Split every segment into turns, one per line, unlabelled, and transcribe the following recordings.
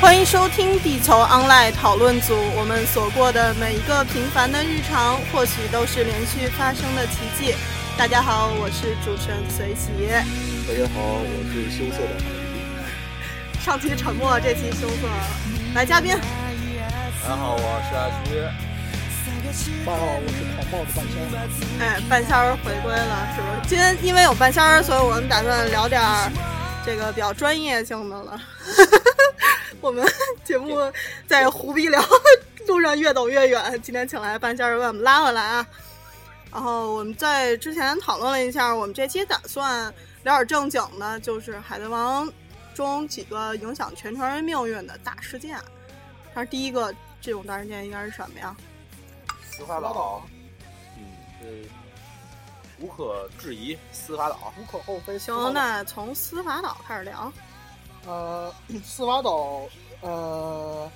欢迎收听地球 online 讨论组，我们所过的每一个平凡的日常，或许都是连续发生的奇迹。大家好，我是主持人随喜。
大家好，我是羞涩的海
上期沉默，这期羞涩。来，嘉宾，
丽。大家好，我是阿虚。
大家好，我是狂暴的半仙。
哎，半仙儿回归了，是不是？今天因为有半仙儿，所以我们打算聊点儿这个比较专业性的了。 我们节目在胡逼聊路上越走越远，今天请来半仙儿把我们拉回来啊。然后我们在之前讨论了一下，我们这期打算聊点正经的，就是《海贼王》中几个影响全船人命运的大事件。但是第一个这种大事件应该是什么呀？
司法岛，嗯，这无可置疑，司法岛。
无可厚非。斯瓦
呃行，
岛
那从司法岛开始聊。
呃，斯瓦岛呃，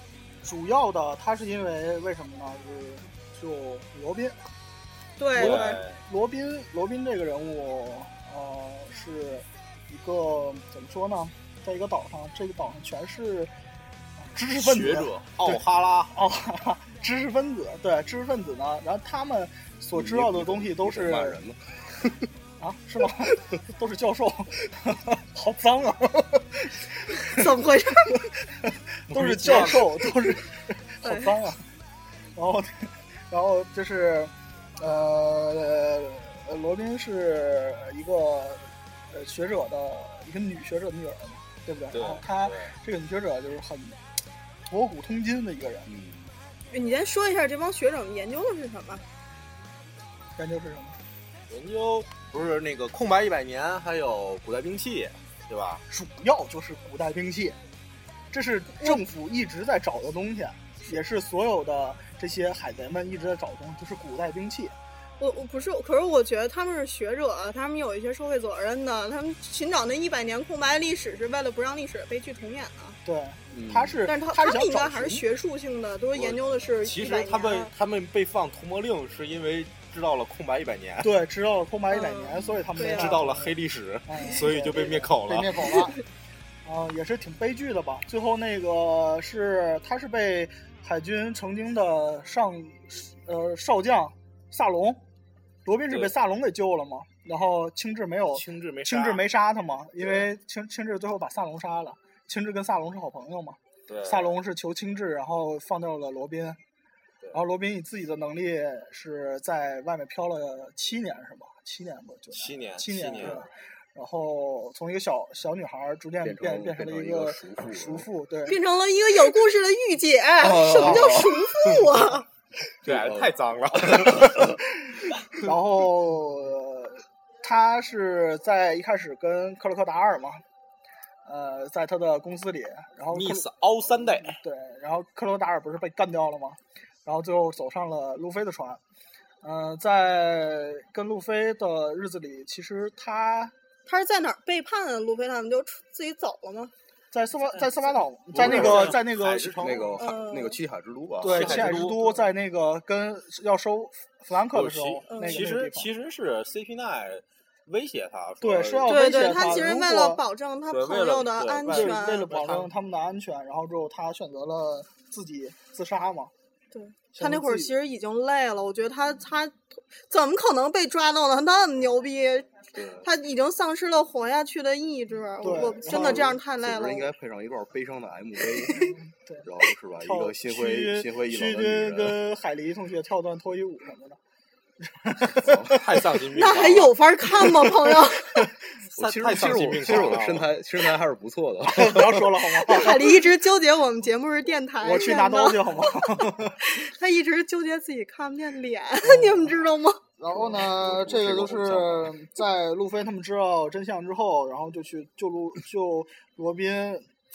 主要的它是因为为什么呢？是就罗宾，
对对，
罗宾，罗宾这个人物，呃，是一个怎么说呢？在一个岛上，这个岛上全是呃知识分子、
学者
奥哈拉、奥哈拉知识分子，对知识分子呢，然后他们所知道的东西都是
骂人了。
啊，是吗？ 都是教授， 好 脏啊！
怎么回事？
都是教授，都是
对
好脏 啊。然后，然后就是，呃，呃罗宾是一个呃学者的一个女学者的女儿嘛，对不对？
对
然后她
对
这个女学者就是很博古通今的一个人，
嗯，
你先说一下这帮学者们研究的是什么？
研究是什么？
研究不是那个空白一百年，还有古代兵器，对吧？
主要就是古代兵器，这是政府一直在找的东西，啊也是所有的这些海贼们一直在找的东西，就是古代兵器。
我我不是，可是我觉得他们是学者，啊他们有一些社会责任的。他们寻找那一百年空白历史，是为了不让历史悲剧重演啊。
对，
嗯
他是，
但是他
他是
们
想
应该
找
还是
寻
学术性的，都是研究的是
其
一
实
百
他们
年。
啊
他们被放涂抹令，是因为知道了空白一百年，
对，知道了空白一百年，
嗯
所以他们
对啊
知道了黑历史，
嗯
所以就被灭口
被
了。
灭口了。啊、也是挺悲剧的吧。最后那个是他是被海军曾经的上呃少将萨隆，罗宾是被
对
萨隆给救了嘛，然后青雉没有
青雉没杀
青雉没杀他嘛，因为青青雉最后把萨隆杀了。青雉跟萨隆是好朋友嘛，
对
萨隆是求青雉，然后放掉了罗宾，然后罗宾以自己的能力是在外面漂了七年是吧？七年吧，就
七年
七
七
年
呃年
对。然后从一个小小女孩儿逐渐
变成
变变
变
成
成
了
一
个
个熟妇
熟妇，对，
变成了一个有故事的御姐，哎什么叫熟妇啊？
对，
呃
太脏了。
然后、呃、他是在一开始跟克洛克达尔嘛，呃，在他的公司里，然后克洛
Miss 凹三代，
对，然后克罗达尔不是被干掉了吗？然后最后走上了路飞的船。嗯、在跟路飞的日子里，其实他
他是在哪儿背叛了路飞他们，就出自己走了吗？
在斯巴在斯巴岛，
是
在那个在
海
那个嗯
之城
哦那个海、
呃
那个七海之都吧，
对
西海
西海
之
之
都
都，在那个跟要收弗兰克的时候，那
不
个
其其实
那个地方
其实是 CP 9威胁他，
对是要
对
威
对
胁
对，
他
其实
如
为了
果
保证他
对为
朋
了
友的
对
安
为
为
全，
了为
对
了保
他
证他们的安全，然后之后他选择了自己自杀嘛。
对
选
他那
择
会儿
自己
其实已经累了，我觉得他他怎么可能被抓到呢？那么牛逼，他已经丧失了活下去的意志。我
对
我
然
真的这样太
此
累
时
了。
应该配上一段悲伤的 MV，
对
然后是吧？一
跳
个心灰
屈
心灰意
屈
冷的
军
女人，
跟 海狸同学跳段脱衣舞什 么的。
太丧心病狂 了。
那还有法看吗，朋友？
我其实
太
其实
丧心
我
病狂了。
其实我的身
啊
材身材还是不错的，
不要说了好 吗？
海狸一直纠结我们节目是电台，
我去拿刀
见
去好吗？
到他一直纠结自己看不见脸，你们知道吗？
然后呢，
我
这个
这个
就
我
是在路飞他们知道真相之后，然后就去救路救罗宾。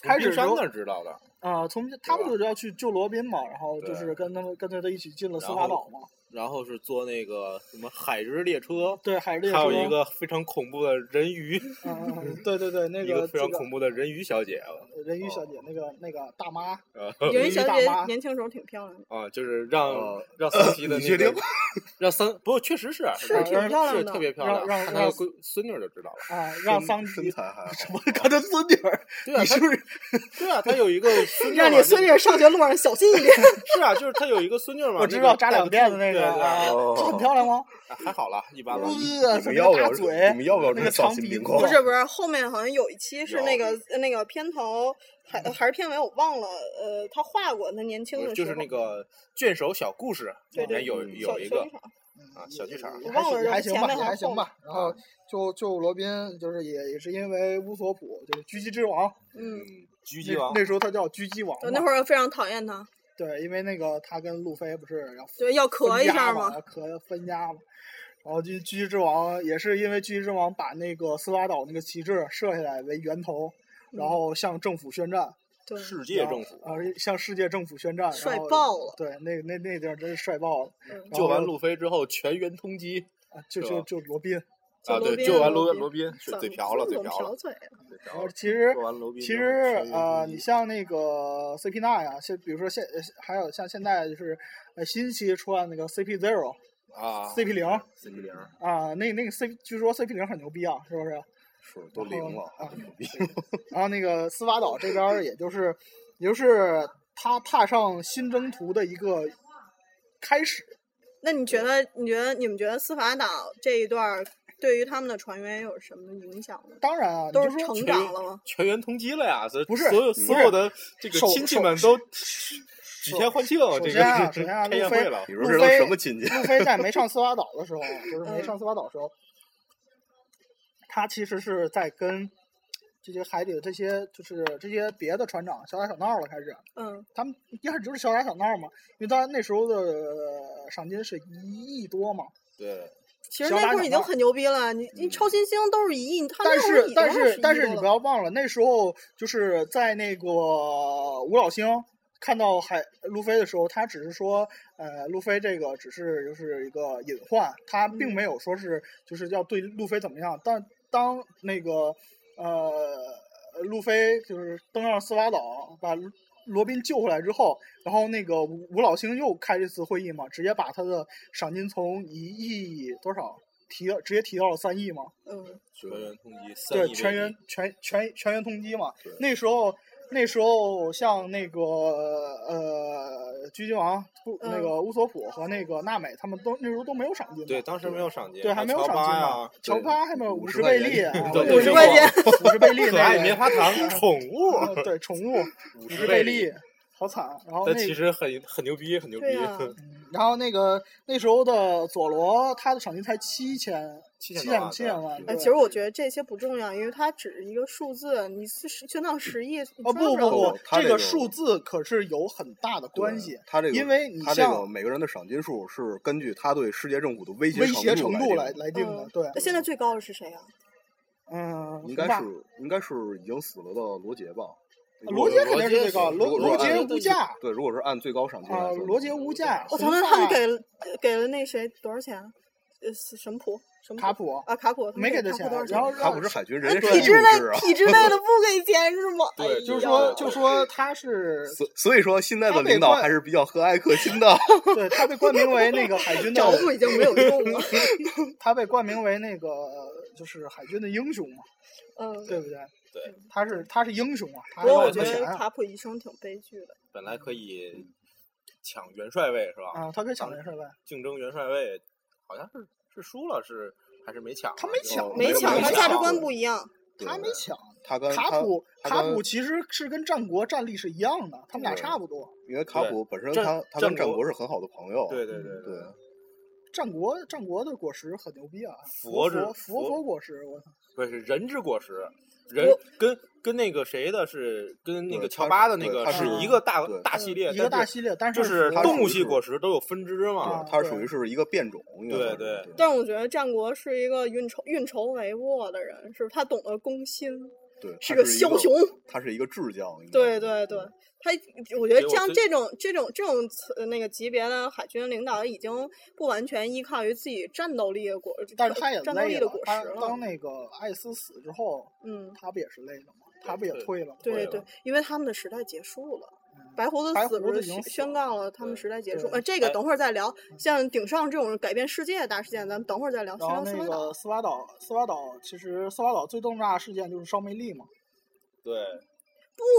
开始
冰
时
山
候
那儿知道的，
啊、从他们
对吧
就是要去救罗宾嘛，然后就
对
是跟他们跟着他一起进了司
然
法
后
岛嘛。
然后是坐那个什么海之列车，
对，海瑞
还有
说
一，个非常恐怖的人鱼，
嗯嗯嗯对对对，那
一个
个
非常
这
恐怖的人鱼小姐啊
个人鱼小姐，那个那个大妈，
人鱼小
大
姐
妈
年轻时候挺漂亮的，
啊，就是让
哦
让三体的
你
那
确
个
定，
让三不确实是是
挺
漂亮
是
的
特别漂
让
亮，
让
看她的
让
闺孙女儿就知道了。
啊， 让桑
身
迪
材 还好，
什么他的孙女儿，
对啊，
你是
她
不是
对啊，她有一个孙女儿
让
嘛
你孙女儿上学路上小心一点。
是啊，就是她有一个孙女儿嘛，
我知道扎两辫
辫
子那
对
个，
对
啊
哦
她很漂亮吗？
啊还好啦，一般
嗯
了。
呃，
你
什
们
么
要不
大
要
嘴，
你们要不要
那
这
个
丧
长
心
鼻
病
子
狂
不？是不是，后面好像有一期是
有
那个呃那个片头，还还是片尾我忘了。呃，他画过他年轻的时候，
呃就是那个卷手小故事
对
里面
对嗯
有
对
有
小
一
小
个
剧，场
啊小剧场
嗯也
忘了
还也还行
前
吧，
面
也
还
还
是后
行
面
吧。然后
嗯
就就罗宾就是也也是因为乌索普就是狙击之王，
嗯，
狙击
那
王
那时候他叫狙击王
我
嘛
哦那会儿非常讨厌他，
对，因为那个他跟路飞不是要
对， 要咳
分
一
家
下
嘛，
嘛。
咳分家嘛。然后狙狙击之王也是因为狙击之王把那个斯拉岛那个旗帜设下来为源头，
嗯
然后向政府宣战，
对，
世界政府，
啊，向世界政府宣战，然
帅
后
爆了
对，那那那地儿真是帅爆了。
嗯
然
救完
后
路飞之后全员通缉
啊，就是就
吧
就罗宾。
啊，
罗
对，
宾
救完
罗
罗
宾
罗宾是
怎
嘴
么
瓢了，
怎
嘴
么
瓢了
瓢，嘴啊
嘴
然
瓢
后
了。
哦其实
嗯救完罗宾
其
之后
实
全员
呃，
通
你
缉
像那个 CP 9呀，现比如说现呃还有像现在就是呃新期出来那个 CP Zero、
啊
CP 零
四比零
啊，那那个 C 据说 CP 零很牛逼啊，是不是？
是都灵了，
啊
牛逼！
然后那个斯瓦岛这边儿也就是也就是他踏上新征途的一个开始，
那你觉得？你觉得你们觉得司法岛这一段儿对于他们的船员有什么影响呢？
当然啊，你
都
就是说
成
全
长了吗？
全员通缉了呀！所以
不是
所有
不
所有
是
的这个
首
亲戚
首
们都举天欢庆，
首
这
先啊
个
首先啊
开
路
宴
飞
会了
你。说
路
这都
飞
什么亲戚？
路飞在没上斯瓦岛的时候，啊就是没
嗯
上斯瓦岛的时候，他其实是在跟这些海底的这些就是这些别的船长小打小闹了，开始。啊
嗯，
他们一开始就是小打小闹嘛，因为当然那时候的呃赏金是一亿多嘛，
对，
其实
小
那
打
会儿
小
已经
闹
很牛逼了，你你超新星都是一亿，他
嗯但
那会儿已
是
经
但
二
是
十亿
但是你
多
不
了
要忘了，那时候就是在那个五老星看到海路飞的时候，他只是说，呃，路飞这个只是就是一个隐患，他并
嗯
没有说是就是要对路飞怎么样。但当那个呃路飞就是登上斯瓦岛，把罗罗宾救回来之后，然后那个五五老星又开这次会议嘛，直接把他的赏金从一亿多少提直接提到了三亿嘛。
嗯，
全员通缉，三
对，
亿
全
为
员全全全员通缉嘛
对。
那时候那时候像那个呃狙击王不、那
嗯
个乌索普和那个娜美，他们都那时候都没有赏金。
一对，。当时没有赏金，啊
对，还没有
乔
赏
巴
金
呀
呢，。乔巴还没有
五十
十
块
倍
钱
利啊，
对
对
对
五
对
十块
对
钱，五十倍利
可
那
爱
个
棉花糖 宠物，
嗯对，宠物
五
五
十
十
倍
倍
利
利，好惨。然后
但
那啊
其实很很牛逼，很牛逼
对，呀
然后那个那时候的佐罗，他的赏金才七千
七
七
千多
千
万
七千万。
对
哎，
对
其实我觉得这些不重要，因为它只是一个数字，你是十全到十亿，你
哦
赚
不不
着了
不
不，他
这
这
个
个
数字可是有很大的关系
对。他这个，
因为你
他这
像
个每个人的赏金数是根据他对世界政府的威
威胁程度来
来定的，
来定的
嗯，
对，
那现在最高的是谁啊？
嗯，红
应该
发
是应该是已经死了的罗杰吧？
啊罗杰肯定是最高，
罗
罗罗
杰
杰
是
无价
对，如果是按最高赏金来
啊，
算
罗杰无价，啊
我操，
红
那他们
发
给了给了那谁多少钱啊？呃，是神普，神
卡普
啊，卡普他们
没
给
给他
卡普
钱
多少，钱
然后
他
让
不是海军，
那
哎
人家是
体
义
制
务制
内
啊。
体制内的不给钱是吗？哎
对
就是
呀
说就说他 是，
所所以说，现在的领导还是比较和蔼可亲的。
对他被冠名为那个海军的
脚步已经没有用 了。
他被冠名为那个就是海军的英雄嘛，
嗯，
对不对？
对，
他是他是英雄啊，他
不过
要
我
是
觉
这
没
钱
得
啊
卡普一生挺悲剧的。
本来可以抢元帅位是吧？
啊，他可以抢这事儿呗，
竞争元帅位，好像是是输了是还是没抢啊？
他没抢
就
没
没
抢，
没
他
抢
价值观不一样。
对
他没抢。
他跟
卡普
他
卡
跟
普其实是跟战国战力是一样的，他们俩
对
差不多。
因为卡普本身
战
他他跟
战
战
国
国是很好的朋友。
对对啊对
嗯对，
战国战国的果实很牛逼啊，
佛
佛
之
佛
佛
佛佛果实，我操！
不是人之果实，人
我
跟跟那个谁的是跟那
对
个
他
乔巴的那
对
个
他
是
是
一个大
对
大系列，
嗯一个
但
大
是
系列，但
就是是
它
动
属
物
于
系
是
果实都有分支嘛
啊。
他
对
属于是一个变种。应该
对
算是
对
但是我觉得战国是一个运筹运筹帷幄的人，是他懂得攻心，
对，
是
他
个
一
枭雄。
他是一个智将，应该
对对对，他我觉得
结果
像
最
这种这种这种呃那个级别的海军领导，已经不完全依靠于自己战斗力的果，
但是他也
战斗力
累
的
了
果，实
他
了。
当那个艾斯死之后，
嗯，
他不也是累了吗？他不也
对
退了吗？
对
了
对，因为他们的时代结束了。
嗯
白胡子
白
死
胡
不
子
是
已经
宣
死
宣
了
告了他们时代结束？
对嗯
呃，这个
哎
等会儿再聊。像顶上这种改变世界的大事件，咱们等会儿再聊。西
然后
方斯
那
巴达
个斯巴岛，斯巴岛其实斯巴岛最重大的事件就是烧梅利嘛，
对，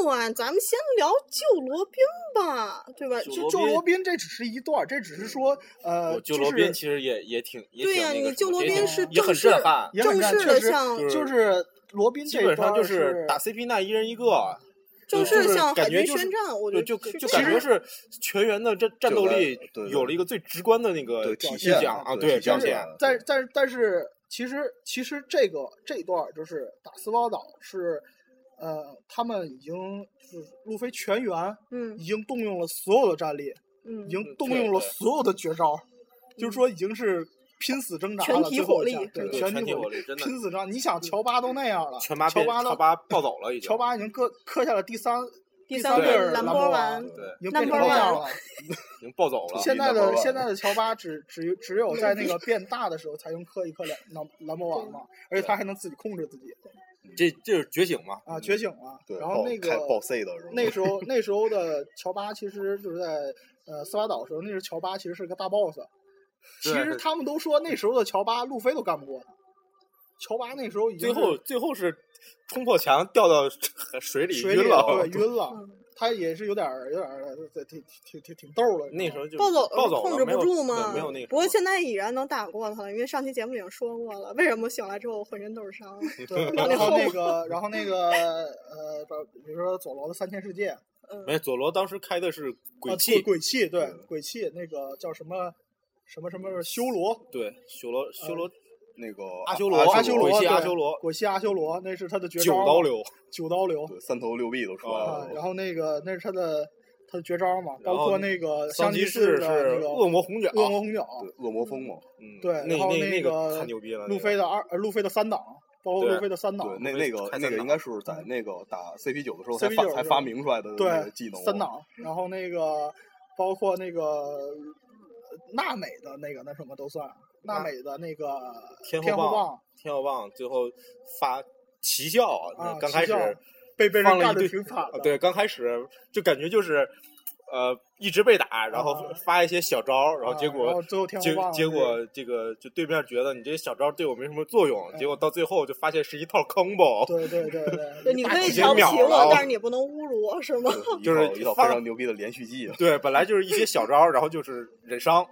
不啊，咱们先聊救罗宾吧，对吧？
救
就
罗
救
宾
罗宾这只是一段儿，这只是说呃，
我救
就
罗宾
是
其实也也挺也
对呀、
挺那
你
个
救
什么
罗
也
宾
挺
是
也
正
很
式
震撼，
也
正
很
式
震
的
确实
像
就是
就是罗宾
基
这一
本上
段
就
儿
是
是
打 CP 那一人一个，啊
正
就
式
是
向海
感觉
军
就是
宣战，我觉
对，
得
就是
这
就感
样
觉是全员的战战斗力
对对
有了一个最直观的那个
对
体
体
现
现
啊，
对
对
体现
表
出
现
来，了
但但但是其实其实这个这一段儿就是打斯巴岛是，呃，他们已经就是路飞全员
嗯
已经动用了所有的战力，已
嗯，
经动
对
用了
对
所有的绝招，就是说已经是拼死挣扎
全
了，
体
最后
火
一下
力
对
对
全
全
体
体
火
火力真的
拼死挣扎。你想乔巴都那样了，
全巴
乔
被
巴
乔
都
巴暴走了已经
乔。巴已经割磕下了第三
第
三粒
粒
儿
蓝
蓝
波
丸
丸，，
对，
已经变成
Number
那样
one
了。
已经暴走了。
现在
Number
的
one
现在的乔巴只只只有在那个变大的时候才能磕一颗蓝蓝蓝魔王嘛，而且他还能自己控制自己
这这是觉醒嘛？
啊，觉醒了。
对，
然后那个
爆 C 的是吗？
那时候那时候的乔巴其实就是在呃斯巴岛的时候，那时候乔巴其实是个大 boss。其
对
实他们都说那时候的乔巴，路飞都干不过他。乔巴那时候已经
最
是
后最后是冲破墙掉到 水里
水
晕了。
对，晕了。
嗯
他也是有点儿有点儿挺挺挺挺挺逗的。
那时候就
暴走呃
暴走
控
了
制
没
不
有
住
对
嘛，
没有那个。
不过现在已然能打过他了，因为上期节目已经说过了，为什么醒来之后浑身都是伤？
对，然后那个然后那个呃，比如说佐罗的三千世界，
没有佐罗当时开的是鬼
啊
泣，
鬼泣，对
嗯，
鬼泣那个叫什么什么什么修罗，
对修罗修
呃
罗
那个
阿修
阿
罗
阿
阿
修
鬼
罗，
泣阿
对
修罗
鬼泣阿修罗，那是他的绝
九
招嘛，
刀流，
九刀流
对三头六臂都出来
啊
了，，
然后那个那是他的他的绝招嘛，
然
包
后
括那个
桑
香
吉
吉
士
士的那
是
个
恶魔红爪，
恶魔红角，
对恶魔风嘛，
嗯
对
那
然后
那
那个
个太牛逼了，
路飞的二呃路飞的三档，包括
对
路飞的三档，
对，那那个
开
那
三
个
档
应该是在那个打 CP 九的时候才发
CP9
才发明出来的那个
对
技能，
三档，然后那个包括那个娜美的那个那什么都算，娜
啊
娜
美的那个
天后
后
棒
棒
天耀棒最后发奇效
啊，
刚
奇
开始
效被被人
放了
干
一
的
堆啊
挺惨的，
对，刚开始就感觉就是，呃，一直被打，然后
啊
发一些小招儿，然后
啊
结
然
果
后最后天
结
后棒
结果这个就对面觉得你这些小招儿对我没什么作用，结果到最后就发现是一套 combo，
啊对对 对
对，
对，
你
一大
可以
直接
瞧不
秒
起我
了，
但是你不能侮辱我，是吗？
对
就是
一套一套非
放
常牛逼的连续技啊。
对，本来就是一些小招儿，然后就是忍伤，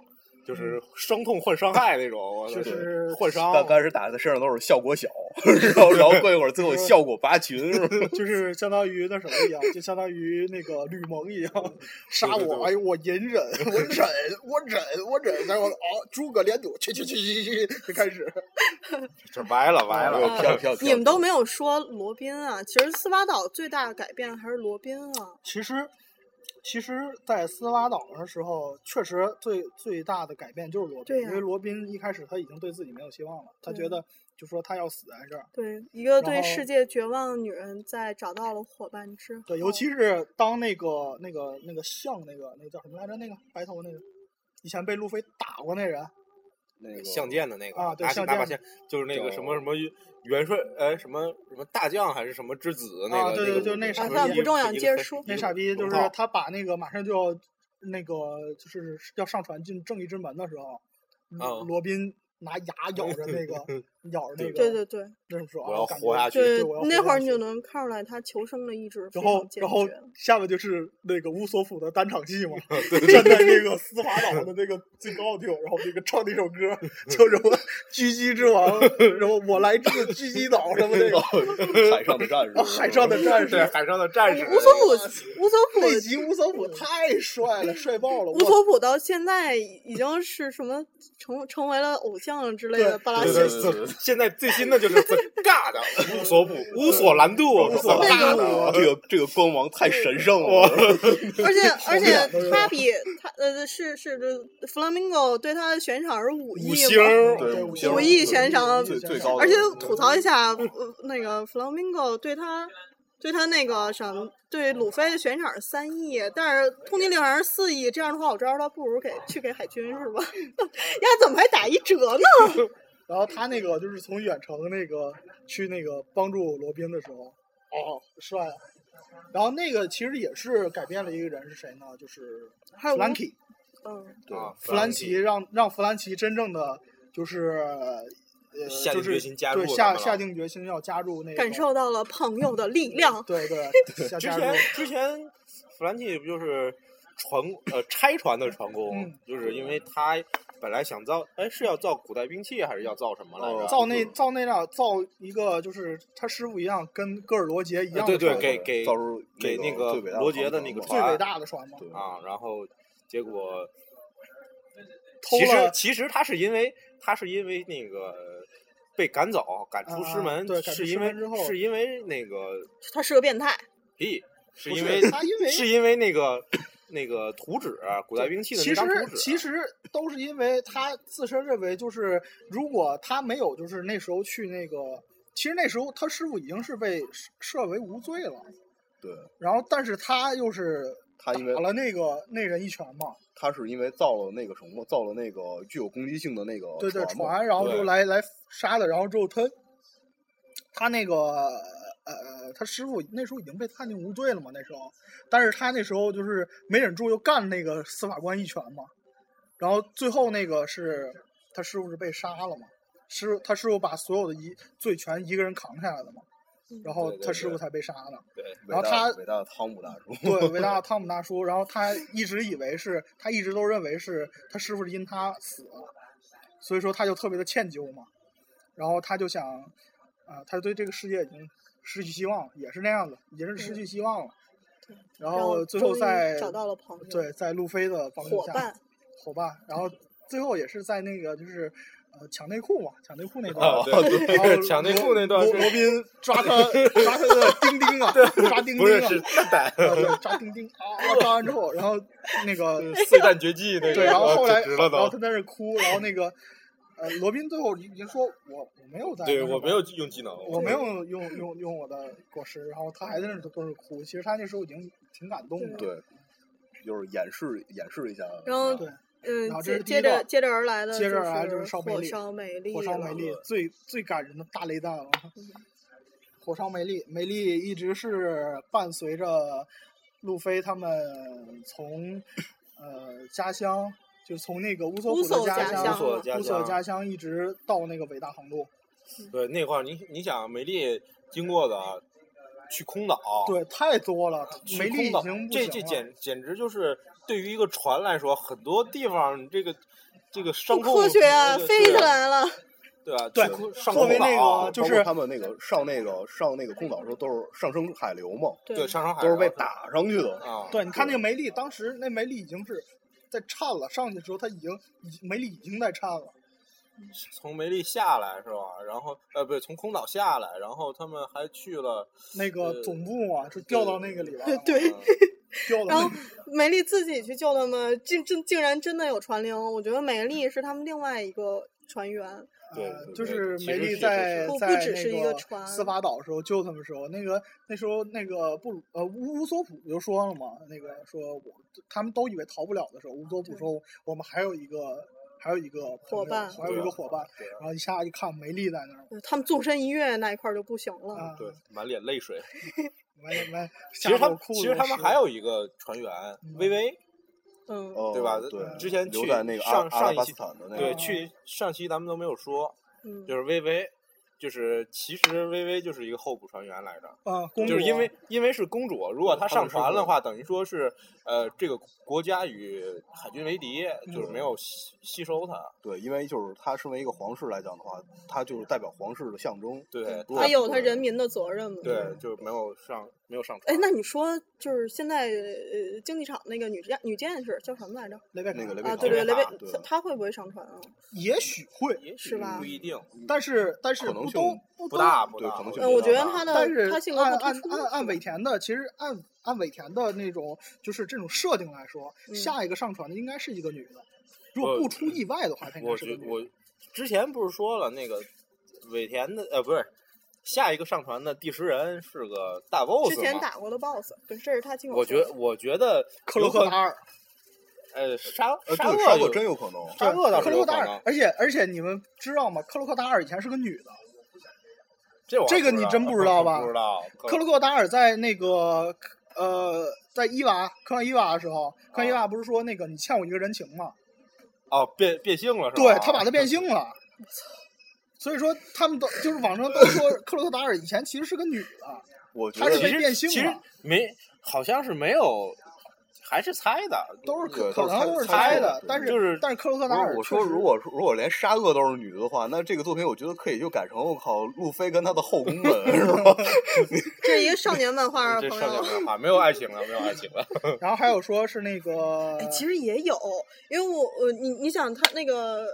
就是伤痛换伤害那种，我操
就
对
嗯是
换伤，
刚刚开始打在身上都是效果小， 然后然后过一会儿最后效果拔群，是吧？
就是相当于那什么一样，就相当于那个吕蒙一样，杀
对对
我，哎呦，我隐忍，我忍，我忍，我忍，然后哦，诸葛连弩，去去去去去，就开始，
这歪了歪 了，
嗯
飘飘飘，
你们都没有说罗宾啊，其实斯巴岛最大的改变还是罗宾啊。
其实，其实，在斯巴岛的时候，确实最最大的改变就是罗宾，
对呀
因为罗宾一开始他已经对自己没有希望了，他
对
觉得就说他要死在这儿。
对，一个对
然后
世界绝望的女人，在找到了伙伴之后，
对，尤其是当那个那个那个像那个那个叫什么来着？那个白头那个，以前被路飞打过那人
那个
相 剑的那个
啊对
拿
相
拿把
剑
剑，就是那个
叫
什么什么元帅，呃，什么什么大将还是什么之子那
啊
个，
对对就是
那
那
个
傻
什
逼
么一
不重要
一个
接着
黑
说
一
那
个
傻逼，就
龙
是
套
他把那个马上就要那个就是要上船进正义之门的时候，嗯
啊
罗宾拿牙咬着 那个咬着那个，
对对对
这么说啊，
我要
感
活
觉
下去
对
对
我要，活
那会
下
儿你
去
就能看出来他求生的意志非
然后
常，坚
然后
决。
下面就是那个乌索普的单场 戏嘛，站在那个斯华岛的那个最高地方，然后那个唱那首歌，叫什么“狙击之王”，然后我来自狙击岛什么 那 个
海上的战士
哦
啊，，海 上的战
对
士，
海上的战士，
乌索普，乌索普
那集乌索普太帅了，帅爆了，
乌
我
索普到现在已经是什么成成为了偶像之类的
对
巴拉
对
西
对
斯
对对，现在最新的就是 The God 乌索普乌索兰度，
乌索兰 度
God 哦
这个这个光芒太神圣了，
而且而且
都有
他比他呃对对是是，这 Flamingo 对他的悬赏是五亿
五
嘛，
星儿，
对嗯
五
五
星儿，
五亿悬赏
最最高的，
而且吐槽一下，呃那个 Flamingo 对他对他那个什么对鲁菲的悬赏是三亿，但是通缉令好像是四亿，这样的话我知道他不如给去给海军是吧？ 呀，怎么还打一折呢？
然后他那个就是从远程那个去那个帮助罗宾的时候，哦，帅啊！然后那个其实也是改变了一个人是谁呢？就是
还有
弗兰奇，
嗯，
对
啊
弗兰奇让让弗兰奇真正的就是呃，
下定
就
决
是
心加入
对
了
下
是吧
下定决心要加入那个
感受到了朋友的力量。
对对 下
之
加入
前之前弗兰奇不就是船呃拆船的船工，
嗯
就是因为他本来想造，哎是要造古代兵器还是要造什么来着？
哦
造那造那辆造一个就是他师傅一样跟戈尔罗杰一样的
啊对对
船
给给
到时候
给那个
最伟大
罗杰的
航
那个
程
最
船
伟大的船嘛，
对
啊，然后结果
偷
其实
了
其实他是因为他是因为那个。被赶走，赶出师门，
啊对赶
是
出师
因为
门之后
是因为那个
他是个变态，
屁，是
不
因
是
为
他因为
是因为那个那个图纸，啊古代兵器的
其
那
实
张图纸，
其实都是因为他自身认为，就是如果他没有就是那时候去那个，其实那时候他师傅已经是被设设为无罪了，
对
然后但是他又是
他因为
打了那个那人一拳嘛，
他是因为造了那个什么，造了那个具有攻击性的那个
对对
嘛
船，然后
对
就来来杀了，然后之后他他那个呃他师傅那时候已经被判定无罪了嘛，那时候，但是他那时候就是没忍住又干那个司法官一拳嘛，然后最后那个是他师傅是被杀了嘛，师傅他师傅把所有的一罪全一个人扛下来的嘛，然后
对对
他师
对
傅才被杀的。
伟
然后
大
他
伟大的汤姆大叔，
对，伟大的汤姆大叔，然后他一直以为是，他一直都认为是他师傅是因他死了，所以说他就特别的歉疚嘛，然后他就想，啊、他对这个世界已经失去希望了，也是那样子，也是失去希望了，
然
然后最
终
后
于
在
找到了朋友，
对在路飞的帮助
伙
下
伴，
伙伴，然后最后也是在那个就是呃抢内裤嘛，抢内裤那段
啊
儿，
对
然后
抢内裤那段
罗
是
罗宾 抓他抓他的丁丁啊，抓丁
不是
丁啊，
是。蛋蛋
啊对，扎钉钉啊，扎完之后，然后那个
碎蛋绝技那个，
对，然后后来，
简直
然
了都
后他。在那儿哭，然后那个呃，罗宾最后已经说我我没有在，
对我没有，用技能，
我没有用用用我的果实，然后他还在那儿跟着哭，其实他那时候已经挺感动的，
对，就是演示演示一下，
然后
对
嗯
然，后这
接
是第
接
一
着
段
接着而来的
接着而来就是是烧梅
火
粒
烧梅粒了，
火烧梅丽最最感人的大雷弹了
嗯。
火烧梅丽，梅丽一直是伴随着路飞他们从呃家乡，就从那个乌索
乌
普的
索家
乡，
乡
乌索家
乌索
乡
家乡一直到那个伟大航路。
对那块儿，你你想梅丽经过的，去空岛，
对，太多了，
啊去
梅丽
空
已
岛
经，不
这
行啊
这
了
简简直就是对于一个船来说，很多地方这个这个伤
不
控
科学啊，
对
飞起来了，
对啊，
对
去空上
作
空
为那
岛啊
个，就
啊包括
是
他们那个上那个上那个空岛的时候都是上升海流嘛，
对上山海
都是被
楼
打上去的，
啊，
对，你看那个梅丽，当时那梅丽已经是在颤了，上去的时候他已经已经梅丽已经在颤了。
从梅丽下来是吧？然后呃，不是从空岛下来，然后他们还去了，
那个
呃
总部嘛，就掉到那个里边儿了，
对。
掉
然
到那
后
个
梅丽自己去救他们，竟竟竟然真的有传令。我觉得梅丽是他们另外一个船员，
对
呃
对对
就是
其
梅
实
丽
是
在
不哦不
在
只是一
那
个
个
船
司法岛的时候救他们的时候，那个那时候那个布鲁呃乌乌索普就说了嘛，那个说我他们都以为逃不了的时候，乌索普说我们还有一个还有一个朋
嗯伙
友
伴
还有一
对
个伙伴，
对啊
然后一下一看梅丽在那儿
呃他们纵身一跃那一块儿就不行了。
啊，
对，满脸泪水。
没没，
其实他
们
们其实他们还有一个船员微微，
嗯，
哦
对吧
对，
之前
留
去
在那个阿
上
阿拉
上一
巴
期
斯坦的那
对，
个，
去上期咱们都没有说，
嗯
就是微微，就是其实微微就是一个候补船员来着，
啊，公
就是
主
因为因为是公主，如果她
他
上
们是
船
公
的
主
话，等于说是呃这个国家与海军为敌，就是
嗯
没有吸吸收她，
对，因为就是他身为一个皇室来讲的话，他就是代表皇室的象征，
对，如果
他有他人民的责任嘛。
对，就是没有上没有上船。
哎，那你说就是现在呃竞技场那个女战女剑士叫什么来着？
雷贝卡
那个雷贝
啊，
卡
对对，雷
雷贝
贝
卡
对
她她会不会上船啊？
也许会，
也许
是吧
不一定，
但是但是
可能
不
性
都
不
不都
大不
对
大，
可能性
嗯，
不
我
大
觉得他的
但是
他性格
按
不
按
突出
按，按尾田的，其实按按尾田的那种就是这种设定来说，
嗯
下一个上船的应该是一个女的。如果
我
不出意外的话，她应该
我
是
觉
个女的。
我之前不是说了那个尾田的呃不是下一个上传的第十人是个大 boss
之前
嘛？
打过的 BOSS，对，这是他经手
我觉得我觉得
克罗克达
达
尔，
呃沙
呃，
沙
对，沙
有
真有可能。
沙恶倒
啊克
是
罗
有
克达
可
尔
能，，
而且而且你们知道吗？克罗克达尔以前是个女的。
哦这我还
这个
不
你
知道
真不知道吧
不知道
克罗克达尔在那个呃，在伊娃克朗伊娃的时候，克朗伊娃不是说那个你欠我一个人情吗？
哦变变性了是吧？
对他把他变性了。所以说，他们都就是网上都说克罗克达尔以前其实是个女的，
我觉
他是
得
哦其
被
实
变性
其实
了
没好像是没有，还是猜的，
都是可
对都
可
是
能都是
猜猜
猜
的
的，但是
就是
但是克罗克
不
达尔
是我
确
说，
实
如果如果连沙恶都是女的话，那这个作品我觉得可以就改成我靠路飞跟他的后宫们是吧？
这是一个少年漫画
这
朋
上面
友。
没 有啊，没有爱情了，没有爱情了。
然后还有说是那个
哎，其实也有，因为我我你你想他那个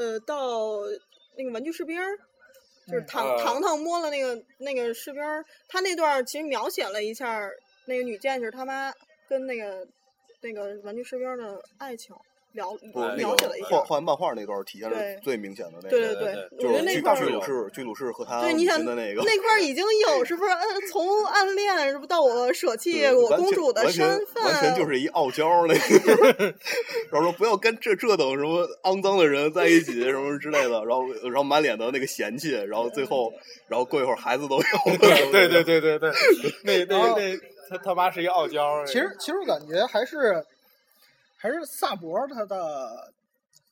呃到那个玩具士兵儿，就是
嗯
糖
呃
糖糖摸了那个那个士兵儿，他那段儿其实描写了一下儿那个女剑士他妈跟那个那个玩具士兵儿的爱情，聊
不是
哎
那
描
个
写了一下
画
儿。
画漫画那段体现
对
是最明显的那个，
对对
对
对，
就
我觉得
是
那
巨
块
大
儿
巨鲁士巨鲁士和他
对，
母
你想
亲的那个，
那块儿已经有，是不是？嗯，从暗恋，是不到我舍弃
对
我
完
公
全
主的
完全
身份，
完全就是一呃傲娇儿那 个，然后说不要跟这这等什么肮脏的人在一起什么之类的，然后然后满脸的那个嫌弃，然后最后然后过一会儿孩 子都有了，
对对对对对，那
然
那
后
那他他妈是一个傲娇。
哎
其实其实我感觉还是还是萨博他的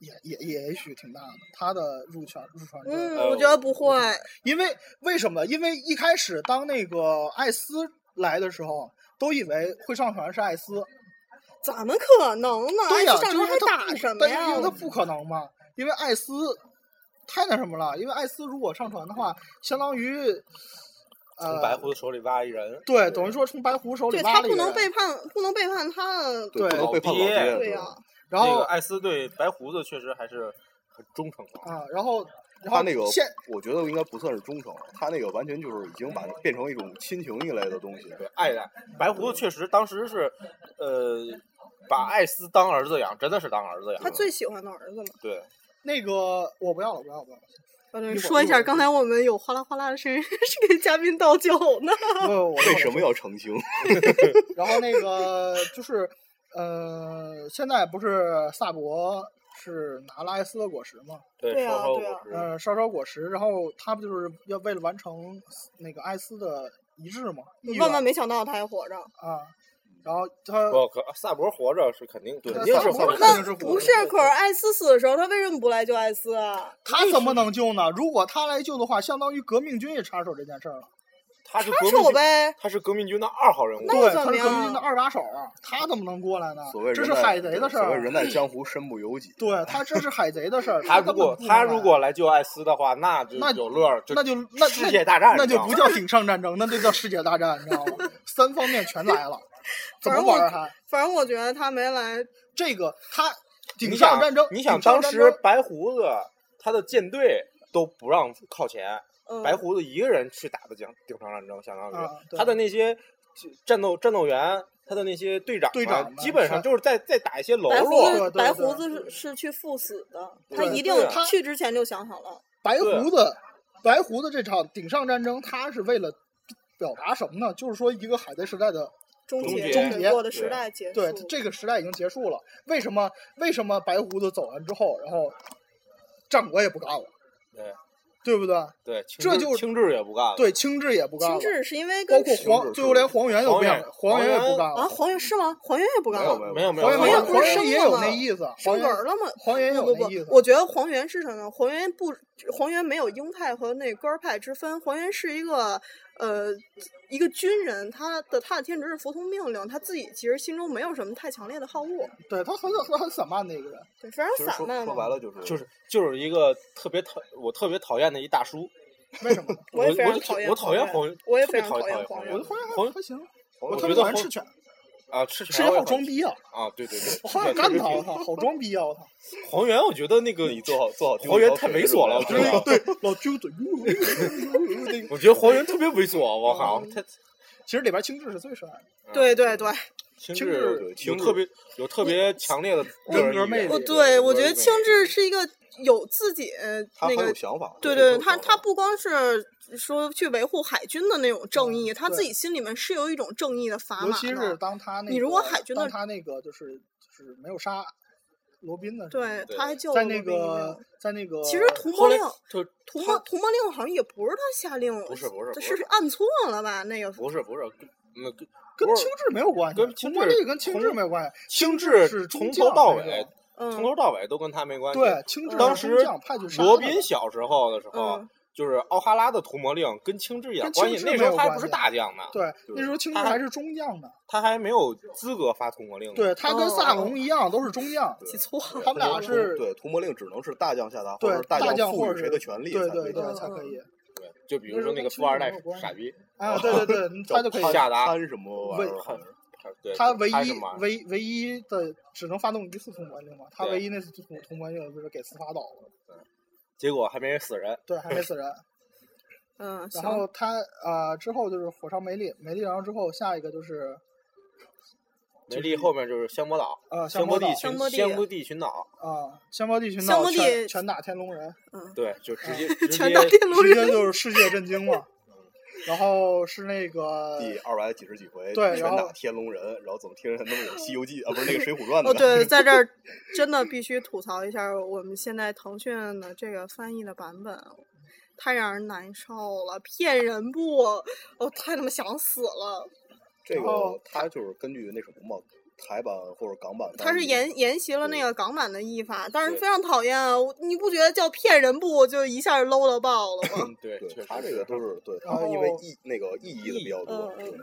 也也也许挺大的，他的入圈入圈率。
嗯，
呃
我觉得不会，
因为为什么？因为一开始当那个艾斯来的时候，都以为会上船是艾斯，
怎么可能呢？哎
对呀、
这上
就
头
是
还
他
打
不
什么
但是
呀
因为？他不可能嘛，因为艾斯太那什么了，因为艾斯如果上船的话，相当于
从白
呃，
狐手里挖一人，
对，等于说从白狐手里
对
挖
他
了
不
一个
能
人
背叛，不能背叛他的，
对，不
对
能背叛老
老爹
爹，
对啊呀、
然后
那个艾斯对白胡子确实还是很忠诚的。
啊，然后然
他
后
那个
现
我觉得应该不算是忠诚，他那个完全就是已经把它变成一种亲情一类的东西，
对，爱戴白胡子确实当时是，呃，把艾斯当儿子养，真的是当儿子养。
他最喜欢的儿子嘛。
对，
那个我不要了，不要了，不要了。
呃对
一会儿
说一
一会
下，
儿
刚才我们有哗啦哗啦的声音， 是给嘉宾倒酒呢。
不不不我
为
要
什
了
么要澄清？
然后那个就是，呃，现在不是萨博是拿了艾斯的果实嘛？
对
对，
啊
稍稍
对啊
我是
呃，烧烧果实，然后他不就是要为了完成那个艾斯的遗志嘛？意
万万
愿
没想到他还活着，
啊！然后他
不可萨博活着是肯定，肯定
萨
是
博
活着。
肯定是
那
活
不
着
是？可是艾斯死的时候，他为什么不来救艾斯啊？
他怎么能救呢？如果他来救的话，相当于革命军也插手这件事儿了。
他是
他
革
手
命军，
呗，
他是革命军的二号人物。
那又
对，
怎
他
么
是
样
革命军的
啊
二把手啊，他怎么能过来呢
所谓？
这
人
是
在
海贼的事
所谓
儿
人
啊。
在江湖身不由己。
对他这是海贼的事儿，
他如
根本
果
不能
他
来
如果来救艾斯的话，那就
那
有乐儿，
那就那
世界大战
那，那
你知
就
道
不
吗
叫顶上战争，那就叫世界大战，你知道吗？三方面全来了，怎么玩儿啊还？
反正我觉得他没来，
这个他顶
你
上
想
战争，
你想
顶上
当
战
时
争
白胡子他的舰队都不让靠前，
嗯，
白胡子一个人去打的顶顶上战争，相当于
啊对
他的那些战斗战斗员，他的那些队长
队
啊
长们
基本上
是
就是在在打一些喽
白胡
啰，
子
对对
白
对
胡子是是去赴死的，他
对
一定
对啊
去之前就想好了。
白胡子，白胡子这场顶上战争，他是为了表达什么呢？就是说一个海贼时代的，
终
终
结，
结
整
终
个
结
的时
对
代结束。
对这个时代已经结束了。为什么？为什么白胡子走完之后，然后战国也不干了，
对
对不对？
对，清
这
志
就
清志也不干了，
对，清治也不干
秦
了，
志是因为
包
跟
括
清
黄，
治
最后连黄猿都
黄
变
猿
了，黄猿也
黄
不
猿
干了
啊，黄猿是吗？黄猿也不干
没有
了，
没
没有没有
黄
没
猿没
黄
有，
猿
黄
生
猿也
了
有
吗
那意思，
升
黄
格
猿
儿了吗？
黄猿
不
有
不
那意思
不，，我觉得黄猿是什么？黄猿不，黄猿没有鹰派和那鸽儿派之分。黄猿是一个，呃，一个军人，他的他的天职是服从命令，他自己其实心中没有什么太强烈的好恶，
对他很很很散漫的一个人，
对，非常
其实
散
说
漫
说白
嘛。
了就是
就是就是一个特别讨我特别讨厌的一大叔，
为什么呢？
我
也非
我
常
就
讨厌，
我讨
厌
黄，
我也
特
非
别
常
讨
厌
厌黄
黄
猿
我
猿
的。黄猿
黄
还还行，
我
我
我
特
觉
别
得
喜欢
黄
赤犬，
黄
我
啊，赤
我觉得
特别喜欢赤犬，赤
泉
泉
我也
好
很
装逼啊！
啊，对对对，
我好想干他，我操，好装逼啊！ 我操，
黄猿，我觉得那个
你做好做好，
黄猿太猥琐了，我
我
觉
觉得
得，对，
老揪嘴，
我觉得黄猿特别猥琐，我靠，他
其实里边青雉是最帅的，
对对对，
青
青
雉
青
有
雉
特别有特别强烈的
人格魅力
我
对
哦对我觉得青雉是一个有自己呃那
他很
个
有，想法。
对对，他他不光是说去维护海军的那种正义，他
对
自己心里面是有一种正义的砝码
尤
的。
其是当他那个，
你如果海军的
当他那个就是就是没有杀罗宾的时候，
对，
对
他还救
在
了
那
罗宾一
个呃
命
在那个，
其实屠
后
魔
来
令，
他
屠魔屠魔令好像也不是他下令，
不是不是不
这是
是
是按错了吧？那个
不是不是，那个
跟
不是
青雉没有关系，
跟青雉
红魔力跟青雉
红
没有关系，
青雉
是中
从
将
头到
那
尾
个，
嗯
从头到尾都跟他没关系。
对，青雉是
当
中
时
将派去杀
罗
他
宾
的
小时候的时候
嗯，
就是奥哈拉的屠魔令跟青雉一点
跟青
关系，
雉
那
没
时候
有
他
关
不是
系
大将呢，
对，那时候青雉
他还
还是中将呢，
他还没有资格发屠魔令呢。
对他跟萨
哦
隆一样都是中将，
记错了，
他们俩是
对屠魔令只能是大将下达，
对
或者
大将
将
或
赋
者
予
是
谁的权利
对
才
对
可以
对
嗯
才可
嗯
以
对，就比如说那个富二代傻逼，
啊，对对 对，他就可以
叫
下达
潘什么玩意儿？
为
好像是
对，
他唯
他是
一
马尔
唯唯一的只能发动一次通关令嘛，他
对
唯一那次通通关令就是给司法倒了，
结果还没人死人。
对，还没死人。
嗯，
然
行，
后他呃之后就是火烧梅丽，梅丽然后之后下一个就是
梅丽后面就是香波岛，
呃
香
波
波地
岛
群
香波地
香波地群岛，
啊，香波地群
香
岛
波地
全全打天龙人，
对，就直接
啊
全
直
打
接
电路
直接
人，
就是世界震惊嘛。然后是那个
第二百几十几回，
对然
拳
后
打天龙人，然后怎么天龙人能有《西游记》啊？不是那个《水浒 传》
哦，
的呢？
对，在这儿真的必须吐槽一下我们现在腾讯的这个翻译的版本，太让人难受了，骗人不？哦，太他妈想死了！
这
哦
个他就是根据那什么嘛，台版或者港版，
他是
演
沿沿袭了那个港版的译法，但是
嗯对
非常讨厌啊！我你不觉得叫骗人不就一下 low 到爆 了吗？
嗯对
对
确
他
实
这
是
个都是对
然
他
后
因为意那个意义的比较多
嗯，嗯
对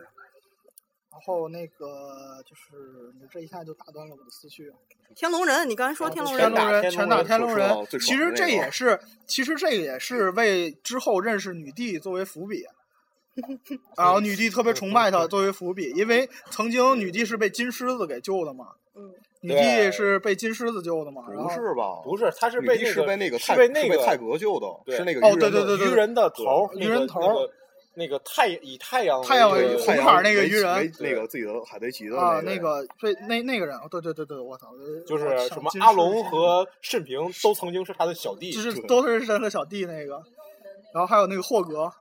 然后那个就是你这一下就打断了我的思绪。
天龙人，你刚才说
然
天
后
龙
就
人
天龙
哦
人，
全
全
打
打
天
天
龙
龙
人
人。
最
其
爽
实
的那
这
个
也是，其实这也是为之后认识女帝作为 伏笔。啊然后女帝特别崇拜他作为伏笔，因为曾经女帝是被金狮子给救的嘛，
嗯，
女帝是被金狮子救的嘛，然后
不是吧？
不是，他是
女
被
帝
那
是
个
被那个
是
泰
被那
是被泰
个
格救的，
对
是那个
哦
鱼人
对
的
对对
愚人的头，
对
那
愚
个
人头
那个那个太以太阳
太阳为
为
主红
太阳
牌儿那个
围
鱼人
围那个自己的海贼旗的
啊，
那
那个对那那个人，哦对对对对，我操，
就是
我想
什么
金
阿
狮子
龙和慎平都曾经是他的小弟
就，是都是他的小弟那个，然后还有那个霍格，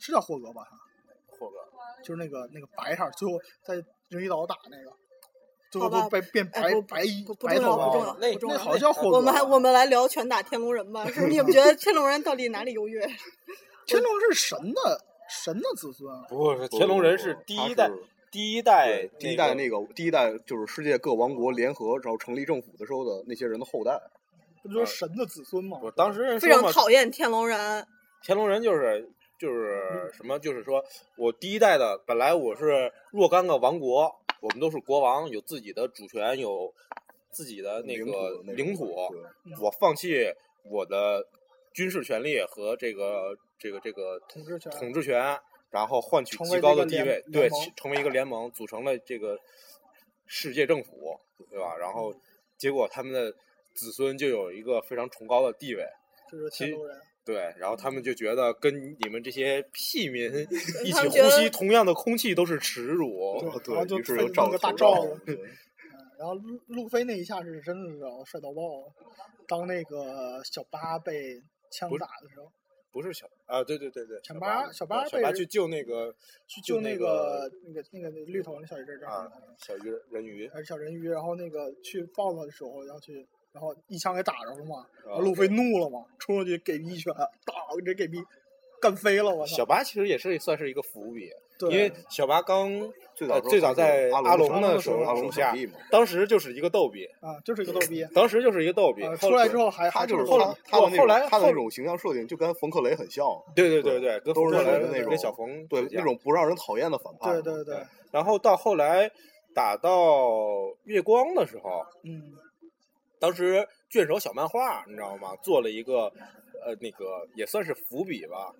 是叫霍格吧？
霍格
就是那个那个白色儿，最后在人鱼岛打那个，最后
好吧
都被变
哎
白
不
白衣
不不
白
重要
头
不重
发
要
了。
那
不重
那
要。
好像叫霍格。
我们还我们来聊拳打天龙人 吧，是不是？你们觉得天龙人到底哪里优越？
天龙是神的神的子孙啊，
不是
不
天龙人
不
是
不
第
他
一代
是
第一代
对第一代
那
那个第一代就是世界各王国联合然后成立政府的时候的那些人的后代，
不
呃
就是神的子孙吗？
我当时人
非
说
常
嘛，
讨厌天龙人。
乾隆人就是就是什么，就是说我第一代的，本来我是若干个王国，我们都是国王，有自己的主权，有自己的那
领
个
土那
领土，
种对
我放弃我的军事权利和这个这个这个
统治权
统治权，然后换取
成为
极高
这个
的地
联
位，
联
对，
盟
其成为一个联盟，组成了这个世界政府，对吧？然
嗯
后结果他们的子孙就有一个非常崇高的地位。
就是天龙人。
对，然后他
嗯
们就觉得跟你们这些屁 民一
他
起
们觉
呼吸
得
同样的空气都是耻辱。
对然后
对，
就
于是
分
就
成
罩
个大
头
罩
上
子
对
嗯然后路路飞那一下是真的是让我帅到爆了，当那个小八被枪
不是
打的时候，
不是小啊，对对对对，
小八
小
小八
对小
被
八
人
去救那个
去
就
救
那
个那个那个绿头那小鱼人
啊小鱼人鱼，
还是小人鱼，然后那个去抱他的时候，然后去，然后一枪给打着了嘛，然
啊
后路飞怒了嘛，冲上去给逼一拳，当直接给逼干飞了，我
小
操！
八其实也是算是一个伏笔，
对，
因为小八刚
最早
呃
时候
最早在
阿
阿
龙
龙
的
的
时
手
候
阿龙
手
小
下
弟嘛，
当时就是一个逗比，
啊，就是一个逗逼。
当时就是一个逗比
啊，，
后
出来之后还
他
还
就是
后
后来
他他的那
后
种
来
他的
后
那种形象设定就跟冯克雷很像，
对对对对，跟
都是
冯
那
仑
种
跟小冯
对
之间
那种不让人讨厌的反派。
啊
对对对，
然后到后来打到月光的时候，
嗯，
当时卷轴小漫画，你知道吗？做了一个呃，那个也算是伏笔吧，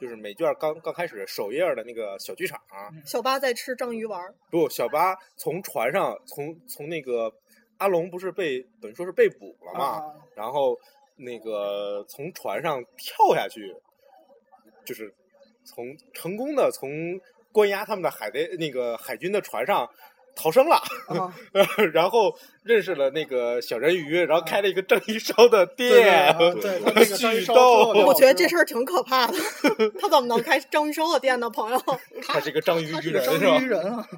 就是美卷刚刚开始首页的那个小剧场，
小八在吃章鱼丸儿，
不，小巴从船上从从那个阿龙不是被等于说是被捕了嘛，
啊，
然后那个从船上跳下去，就是从成功的从关押他们的海贼那个海军的船上逃生了，
啊
然后认识了那个小人鱼，然后开了一个正义烧的
啊对
店，
对，他那个章鱼烧特别好吃
我觉得这事儿挺可 怕的。他怎么能开章鱼烧的店呢，朋友？
他是一个章鱼
他
鱼
是个
人
章
是吧
鱼？人啊，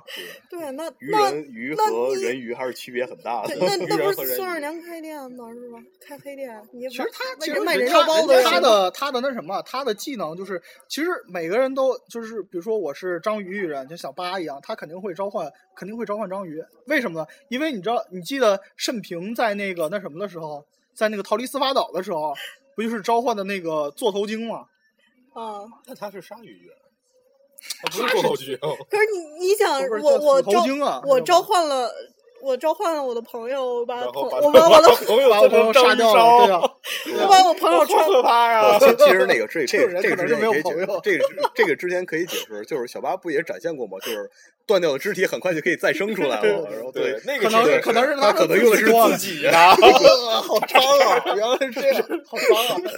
对，那
鱼
那
人鱼
那
和
你
人鱼还是区别很大
对
的。
那
鱼
那
人
不
和
是
人
孙二
鱼
娘开店吗？是吧？开黑店，你
其实他
为
其
人
实
卖
他
人肉包子，
他的他的那什么，他的技能就是，其实每个人都就是，比如说我是章鱼鱼人，就小八一样，他肯定会召唤，肯定会召唤章鱼。为什么呢？因为你知道，你记得慎平在那个那什么的时候，在那个逃离司法岛的时候，不就是召唤的那个座头鲸吗？
啊。
但他是鲨鱼啊人， 他不是狗鱼人。
可是你你想，
不是
我
叫
我
死头
招
鲸啊
我
是吧
召唤了。我召唤了我的朋友，我把
然
朋
后把
我把我 的
朋友
把我
做
朋友
成
杀
章鱼
掉了，对
烧，
啊，
我把我朋友 穿
可怕呀！
其其实那个这
这
这
种人
这
可
个
能
之
是
前
没有
也可以解
朋友
这个这个之前可以解释，就是小八不也展现过吗？就是断掉的肢体很快就可以再生出来了，然后对
对，那
啊可
个
能
是
可能是
他可能用的是自己
的，呃好脏啊！原来是这样，好脏啊！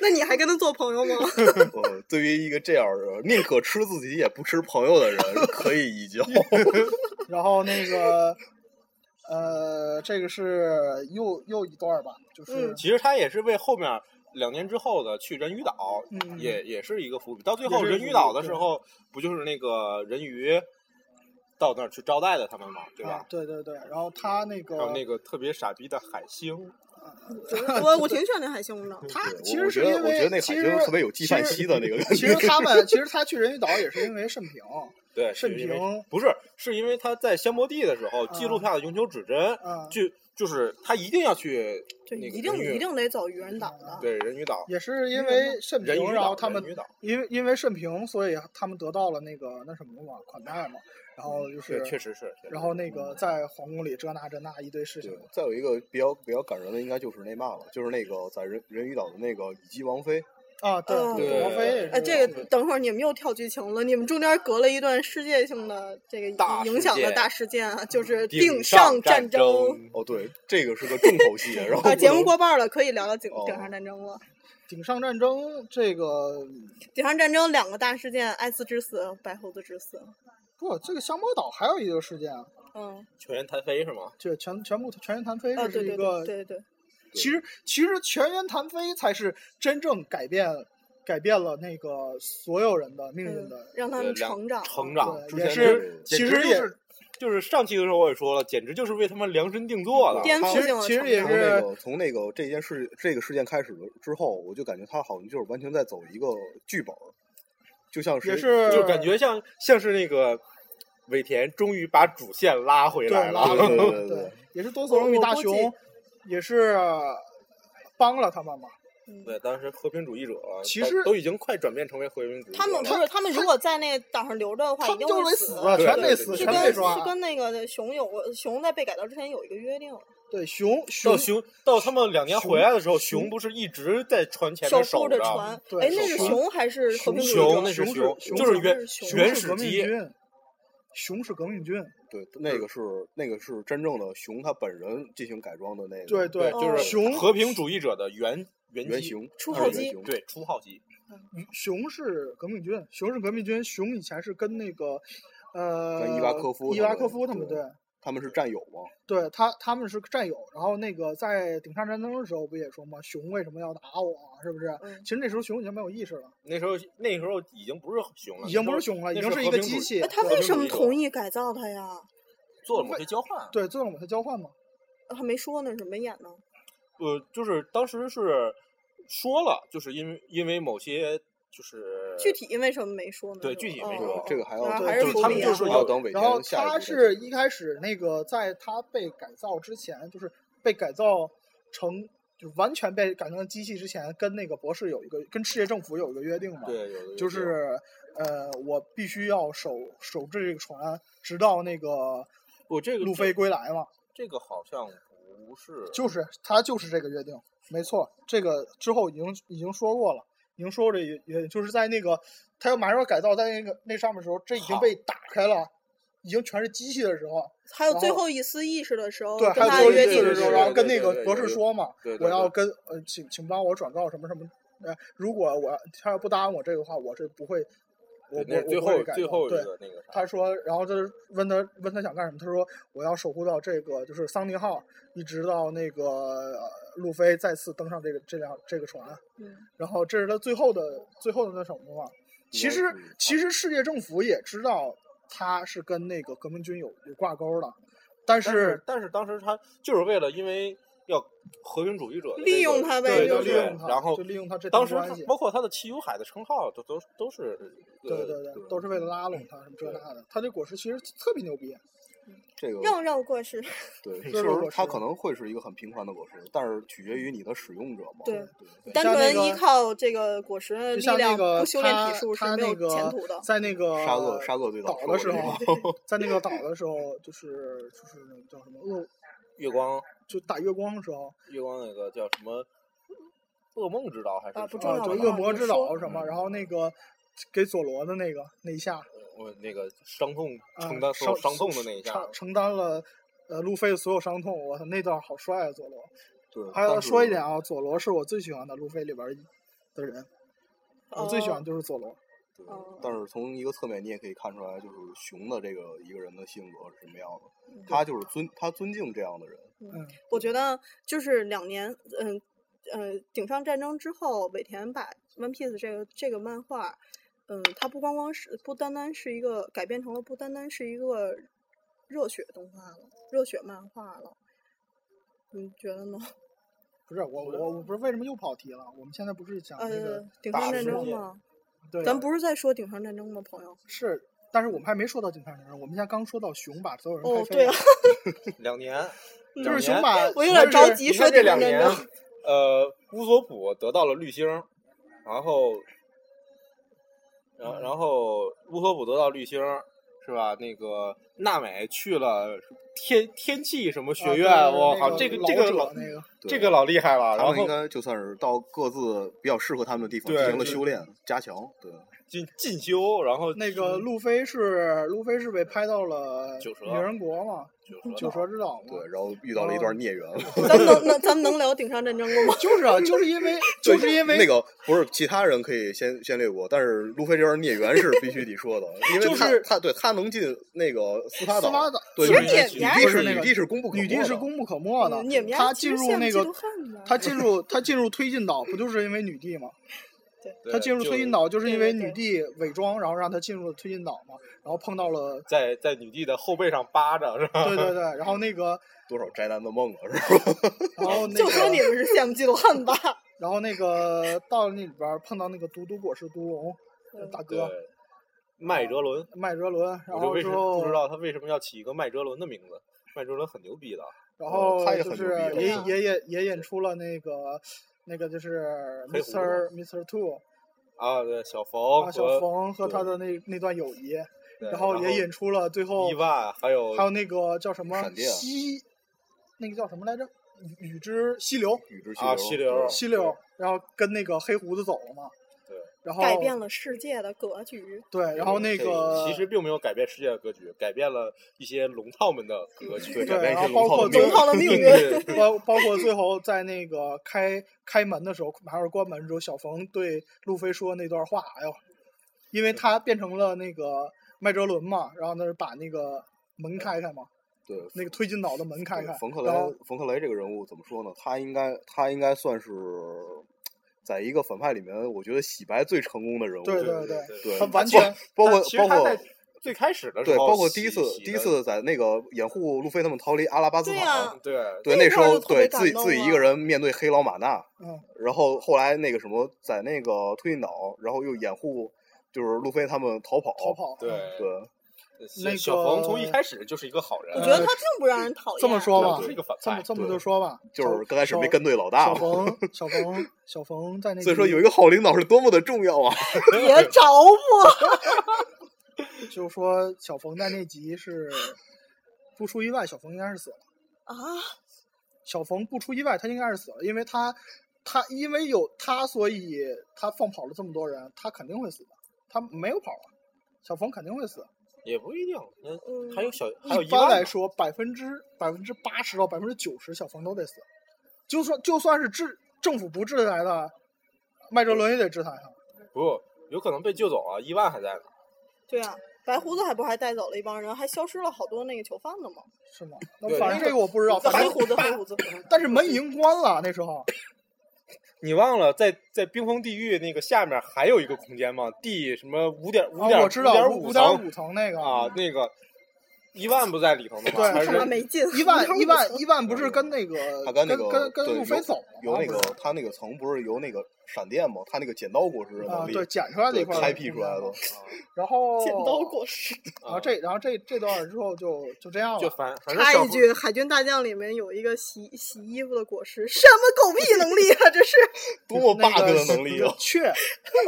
那你还跟他做朋友吗？
呃，对于一个这样的宁可吃自己也不吃朋友的人，可以 一交。
然后那个，呃，这个是又又一段儿吧，就是
嗯
其实他也是为后面两年之后的去人鱼岛，
嗯
也也是一个伏笔。到最后
也是一个
人鱼岛的时候，不就是那个人鱼到那儿去招待了他们嘛，对
啊
吧？
对对对，然后他那个
还有那个特别傻逼的海星，
我我挺喜欢那海星 的，
他
对
其
我
实是
我觉得
因
我觉
为
得那海
其
星
实
特别有纪梵
其
希
实
的那个感
其实
觉。
他们其实他去人鱼岛也是因为慎平，
对，
慎啊
是因为
平
不是，是因为他在香波地的时候记录下了永久指针，
嗯，
就就是他一定要去
对，
那个
一定
人鱼
一定得走愚人岛的。
对人鱼岛，
也是因为慎
人
平，
鱼
然后
岛，
他们
人鱼岛，
因为因为慎平，所以他们得到了那个那什么嘛款待嘛，然后就
对，
是
确，实是。确实
然后那个在皇宫里这那这那一堆事情
对，再有一个比较比较感人的，应该就是内骂了，就是那个在人人鱼岛的那个以姬王妃，
啊，对，
嗯
对
王菲也是
哎，这个等会儿你们又跳剧情了，你们中间隔了一段世界性的这个
大
影响
事
的
件嗯
大事件啊，就是
顶
上
战
争。
哦，对，这个是个重头 戏，然后
啊，
不
节目
能
过半了，可以聊聊顶
哦
顶上战争了。
顶上战争这个
顶上战争两个大事件：艾斯之死、白胡子之死。
不，这个香波岛还有一个事件，啊，
嗯，
全员弹飞是吗？
这全全部全员弹飞
啊，
这
对
是一
对
个，
对对对，
其实其实全员弹飞才是真正改变改变了那个所有人的命运
嗯
的，，
让他
呃
们
两
成长，
成长
啊对
啊之前
也是
就
其
简
实
直
也
就是就是上期的时候我也说了，简直就是为他们量身定做的。
颠覆性
其实
的
其实
成
也
长
从那
是
个从那个这件事这个事件开始了之后，我就感觉他好像就是完全在走一个剧本儿，就像
也
谁
是
就感觉像像是那个尾田终于把主线拉回来
对拉
了。
回来
对对
了
对对
对，也是多索荣与
我
大
估计
雄，也是帮了他们嘛，
嗯
对，当时和平主义者
其
都
实
都已经快转变成为和平主义者了。
他们不
他
是他们，如果在那个岛上留着的话，
他
一
们
定
就是
会
得
死
死，啊
的。
对
全
对
得
对
死，
是
全
对
得
跟
抓
是。跟那个熊有熊在被改造之前有一个约定，
对，熊
到
熊
哦熊到他们两年回来的时候，
熊
熊不是一直在船前
守
面
护
守啊
着船。
对
哎，那是
守护
熊还是和平主义
嗯熊
者？
那是
熊
熊，
熊
就是
熊
原
是熊
原
是
始
革命
鸡。
军，熊是革命军，
对，那个是那个是真正的熊他本人进行改装的那个
对对，
哦
就是
熊
和平主义者的原原
原
鸡，
型
初
二
号
原
机
型
对初号机，
嗯熊是革命军，熊是革命军，熊以前是跟那个，呃，
跟伊瓦科夫
伊
他
瓦
们
科夫他们
对
对，
他们是战友嘛，
对他他们是战友。然后那个在顶上战争的时候不也说吗？熊为什么要打我？啊是不是？
嗯
其实那时候熊已经没有意识了，
那时候那时候已经不是熊了，
已经不是熊了，已
那
经
是
一
和
个
平主
机
义
器
哎，。他
和
为
平
什
主
么
义者
同意改造他呀？
做了某些交换。啊
对，做了母他交换嘛。
还没说呢，怎么演呢？
呃，就是当时是说了，就是因为因为某些就是
具体因为什么没说呢？
对
是吧
具体没
哦
这
说
个
哦
这个还要
哦
对
还
就是是
处
他
理
们
啊
就说
要
有
等尾
然后
田下
他
集再
是
讲
一开始那个在他被改造之前，就是被改造成就完全被改造成机器之前，跟那个博士有一个跟世界政府有一个约定嘛。
对，有的有
就
的
是呃，我必须要守守制这个船，直到那个
我这个
路
这
飞归来嘛。
这个好像不是，
就是他就是这个约定，没错，这个之后已经已经说过了。您说这也也就是在那个他要马上要改造在那个那上面的时候，这已经被打开了，已经全是机器的时候，
还有
然
最
后
后一丝意识的时
哦
候，
对，
跟
还
他
有最后
约
一次
定
的
的
时
时
候，
候
然后跟
对
那
对
个
对
博士
有
说嘛，
对对
我要
对
跟呃，请请帮我转告什么什么，呃，如果我要他要不答应我这个的话，我是不会，我
对那
我
是最
我不会
后
改
最
的
后一
对。
个那个啥，
他说，然后就是问他问他想干什么，他说我要守护到这个就是桑尼号，一直到那个、呃路飞再次登上这个这辆这个船，
嗯
然后这是他最后的最后的那什么嘛？其实其实世界政府也知道他是跟那个革命军有有挂钩的，但
但
是
但是当时他就是为了因为要和平主义者的
利
这个
用他呗
对
就
要
对
是
利
对
用他，
然后
就利用他这
当
层
时
关
他
系，
包括他的汽油海的称号都都都是
对对对，都是为了拉
嗯
拢他什么这那的。他这果实其实特别牛逼，
这个
肉肉过世，
对，
这个
就是
果
它
实
可能会是一个很平凡的果实，但是取决于你的使用者嘛。
对
对
单
像那
纯
个
依靠这个果实的
就
力
像那
量
个
不修炼
他
体术
他
是没
那
有
个
前途的。
在那个
沙俄沙俄最早
呃倒
说
的
过
时
这
候
个，
在那个倒的时候，就是就是那个叫什么恶，
月光
就打月光的时候，
月光那个叫什么噩梦之岛还是
啊不
什么
重要
啊，
了
就恶
啊
魔
你
之
说
岛什么，然后那个给佐罗的那个那一下，
嗯我那个伤痛
啊
承担所有
伤
伤痛的那一下
承，承担了呃路飞的所有伤痛，我操，那段好帅啊，佐罗。
嗯
对，
还要
但是
说一点啊，佐罗是我最喜欢的路飞里边儿的人，我最喜欢
哦
就是佐罗。
对
哦
但是从一个侧面你也可以看出来，就是熊的这个一个人的性格是什么样的。他就是尊他尊敬这样的人，
嗯，
我觉得就是两年，嗯呃，顶上战争之后，尾田把《One Piece》这个这个漫画，嗯，它不光光是不单单是一个改变成了不单单是一个热血动画了，热血漫画了。你觉得呢？
不是我我我不是为什么又跑题了？我们现在不是讲那
呃
个，
顶
打
上战
世
争
界
吗？
对啊，
咱不是在说顶上战争吗，朋 友？
是，但是我们还没说到警察先生，我们现在刚说到熊把所有人
哦
拍飞
对
了
啊
两年，
就
两
是熊
年
把
我有点着急
啊
你
说
看这
顶
两
上战
年
争。，
呃，乌索普得到了绿星，然后，然
嗯
后然后乌索普得到绿星，是吧？那个娜美去了天天气什么
啊
学院，我靠、这
个
这个老
老者那个
对
这个老厉害了。
他
然
们应
后
该就算是到各自比较适合他们的地方
对
进行了
对
修炼加强。对，
哦
进进修，然后
那个路飞是路飞是被拍到了
九蛇
女人国嘛，九
就说
蛇之岛嘛
对，，然后遇到
哦
了一段孽缘。
咱们能能咱们能聊顶上战争了吗？
就是啊，就是因 为就是因为
那个不是其他人可以先先略过，但是路飞这段孽缘是必须 得说的，因为
就
他
是
他对他能进那个斯巴
斯巴
岛
岛，
对，
其实这
女帝女
也
帝
是
是
那个
女帝是功不可没
女
的，
帝 是功不可没的
嗯你们，家
她
其
进
实
入
像
那
基
个
督汉的
她进入她进入推进岛不就是因为女帝吗？她进入推进，岛就是因为女帝伪装，然后让她进入推进岛嘛，然后碰到 了。
在在女帝的后背上扒着，是吧？
对对对，然后那个，
多少宅男的梦啊， 是吧？
然后那个，
就说你们是羡慕嫉妒恨吧。
然后那个到了那里边儿碰到那个毒毒果实毒龙呃
嗯
大 哥
对，麦哲伦，
麦哲伦，然
我就
后
为什
之
么
后
不知道他为什么要起一个麦哲伦的名字？麦哲伦很牛逼的，啊
然
哦
后
他也
就
很
是
牛逼了
也
对啊
也演也演出了那个那个就是
黑胡
Mr. Mr. Two
啊，对，小冯
啊，小
和
冯和他的那那段友谊，
对
然后也演出了最后
伊万，还有
还有那个叫什么
闪电
西，那个叫什么来着？雨雨之溪流，
宇之
啊溪流
对
溪流，然后跟那个黑胡子走了嘛，
对，
然后
改变了世界的格局。
对，然后那
这
个
其实并没有改变世界的格局，改变了一些龙套们的格局，
对
对
改变一
然后
些
包括
龙套的命
龙
运
套的命运。
对
包包括最后在那个开开门的时候，马上关门的时候，小冯对路飞说那段话，哎呦，因为他变成了那个麦哲伦嘛，然后那是把那个门开开嘛，
对
啊那个推进岛的门开
对
开，
冯克雷
然后，
冯克雷这个人物怎么说呢？他应该，他应该算是在一个反派里面，我觉得洗白最成功的人物。
对
对
对
对
对
他完
包
全
包括
但其实
包
他
括
在最开始的时
对，
候，
哦
包括第一次
洗
第一，次在那个掩护路飞他们逃离阿拉巴斯
对
塔
呀，
洗的对啊
对
那
那时
段儿
候
就特别
对自己
感动
自己一
啊
个人面对黑老马纳，
嗯，
然后后来那个什么在那个推进岛，然后又掩护就是路飞他们逃跑
逃跑，嗯
对
对，
小
那个
小冯从一开始就是一个好人，
我觉得他并不让人讨厌。
呃这么说
对
吧
不是一个反，
这么
派
这么
哎对
就说吧，
就是
小
刚开始没
小
跟对老大
小
嘛。
冯，小冯，小冯在那，
所以说有一个好领导是多么的重要 啊！
别找我。
就说小冯在那集是不出意外，小冯应该是死了。
啊，
小冯不出意外，他应该是死了，因为他他因为有他，所以他放跑了这么多人，他肯定会死的。他没有跑啊，小冯肯定会死。
也不一定，那还有小还有
一般
万
来
呢
说，百分之百分之八十到百分之九十小冯都得死。就算就算是制政府不制裁他，麦哲伦也得制裁他。
不有可能被救走啊，伊万还在呢。
对啊，白胡子还不还带走了一帮人，还消失了好多那个囚犯呢吗？
是吗？那
对
反正
那
这个我不知道，反
黑
正
胡子，黑胡子，
但是门已经关了，那时候
你忘了在在冰封地狱那个下面还有一个空间吗？第什么五点五
啊，
点
我知道
五
五
层
点五层那个
啊，那个伊万不在里头呢吗？
对
还
他妈
是
没劲，
一 万一万一万不是跟那个
他跟那个
跟跟
对
路飞
有
走了啊
由
吗
那个他那个层不是由那个闪电吗？他那个剪刀果实的
啊
能力
对捡出来的一
对
块儿
开辟出来的，
然后
剪刀果实。
然后这然后这这段儿之后就就这样
就
了。
反反正
插
小
一
冯
句，《海军大将》里面有一个洗洗衣服的果实，什么狗屁能力啊！这是，
多么
那
bug
个
的能 力啊！
雀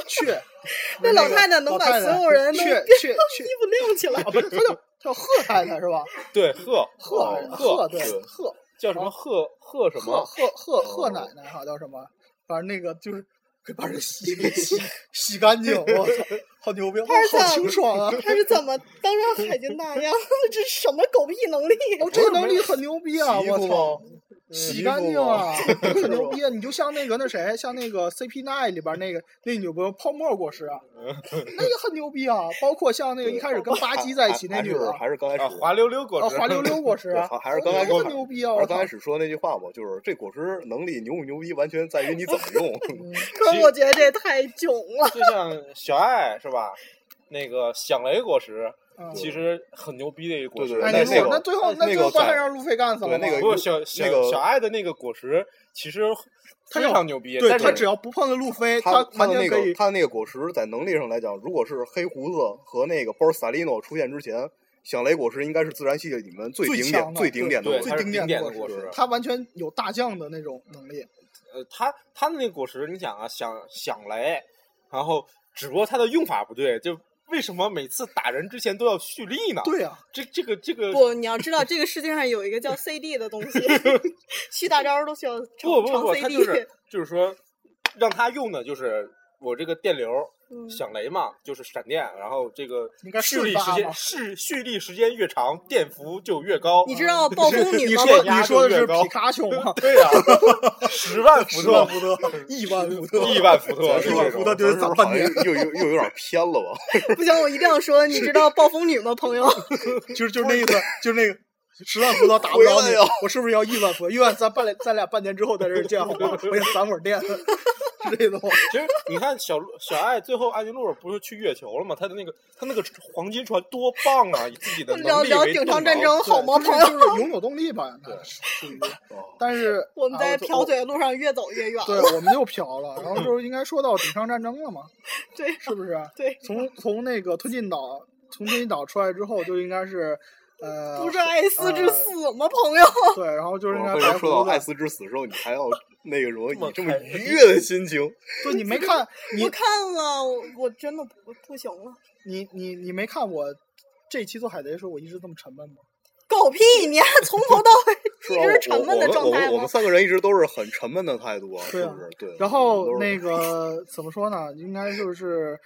雀
那老太太能
老
把
太
所有人都
雀雀雀
衣服晾起来
啊，。不是，她叫叫贺太太是吧？
对鹤
贺
哦
鹤
贺对
对
贺
叫什么鹤鹤什
贺
么？
贺
哦
贺贺奶奶哈叫什么？反正那个就是给把人洗给洗洗干净，我操，好牛逼，哇
她是
好
在
清 爽啊！
他是怎么当上海军大将？这什么狗屁能力啊？
这个能力很牛逼啊！
洗衣
我
服
操
吗，？
洗干净 啊，很牛逼啊！你就像那个那谁，像那个 CP Nine 里边那个那女朋友泡沫果实 啊，
嗯
那也很牛逼啊！包括像那个一开始跟巴基在一起那
还
女
是
的啊，
还是刚开
啊，
始
滑溜溜果汁，
哦滑溜溜果实啊
对，还还是刚开始
那也很牛逼啊！
而
我
刚
操
开始说那句话吧，就是这果实能力牛不牛逼，完全在于 你怎么用。
可是我觉得这太囧了。
就像小爱是吧？那个响雷果实
嗯
其实很牛逼的一个果实
对，
哎，那
那那
路
个
那最后那
那
最
个
后关
在
还让路飞干死了
对
吗，
那个
不过小小
那个
小爱的那个果实其实
他
非
要
常牛逼，
对
但
他
是
只要不碰了路飞，
他
完
的
全
那
可以
个。他那个果实在能力上来讲，如果是黑胡子和那个波尔萨利诺出现之前，响雷果实应该是自然系里面最
最
顶
强
点、
的
最顶点的
对
果
它
实。
是
最经典
典
的
的果实
他完全有大将的那种能力。
呃，它它的那个果实，你想啊，想想雷，然后只不过它的用法不对，就为什么每次打人之前都要蓄力呢？，
对
啊
呀，
这这个这个
不，你要知道，这个世界上有一个叫 CD 的东西，续大招都需要长
不不
长
不，它
CD。
就是就是说，让它用的就是我这个电流
嗯
响雷嘛，就是闪电，然后这个
应该
蓄
顺
力
发
时间
嘛
蓄蓄力时间越长，电幅就越高。
你知道暴风
你
女吗？
说
电压
啊你说的
就越
是
高？
皮卡丘吗
对 呀、十万伏
十万
特，
伏特，亿万伏特，
亿万伏特，
一万伏特就是
好
早半
像
年，
又又又又有点偏了吧？
不行，我一定要说，你知道暴风女吗，朋 友？
就是就是那意思，就是那个十万伏特打不了
回
你
来呀，
我是不是要亿万伏特？亿万咱半年咱俩半年之后在这儿见，我我也攒会儿电， 是这种。
其实你看小鹿小爱最后艾尼洛尔不是去月球了吗？他的那个他那个黄金船多棒啊！以自己 的
聊
能力
聊
为
顶
动
长战
能
争好吗，
对就
朋
是
友？
就是永久动力吧，那是属于。 但是
我们
啊
在
就
瓢嘴路上越走越远
对
了。，
我们又嫖了，然后就是应该说到顶上战争了嘛，
对
是不是？
对，
从从那个推进岛，从推进岛出来之后，就应该是，呃，
不是爱斯之死吗，朋友？
对，然后 就是应该
为什
白
哦么说到
胡
爱
子。
斯之死的时候，你还要那个什么， 以这么
开
愉悦的 心情？
对，你没看，
我
你
看了，我我真的不不行了。
你你你没看我这期做海贼的时候，我一直这么沉闷吗？
狗屁！你还从头到 尾
是
啊
一
吧？
直
我
是沉闷
我
的
们
状态
我们我们
吗？
三个人一直都是很沉闷的态度啊，
对
是
啊
不是？对。
然后
我们都是
那个怎么说呢？应该就是，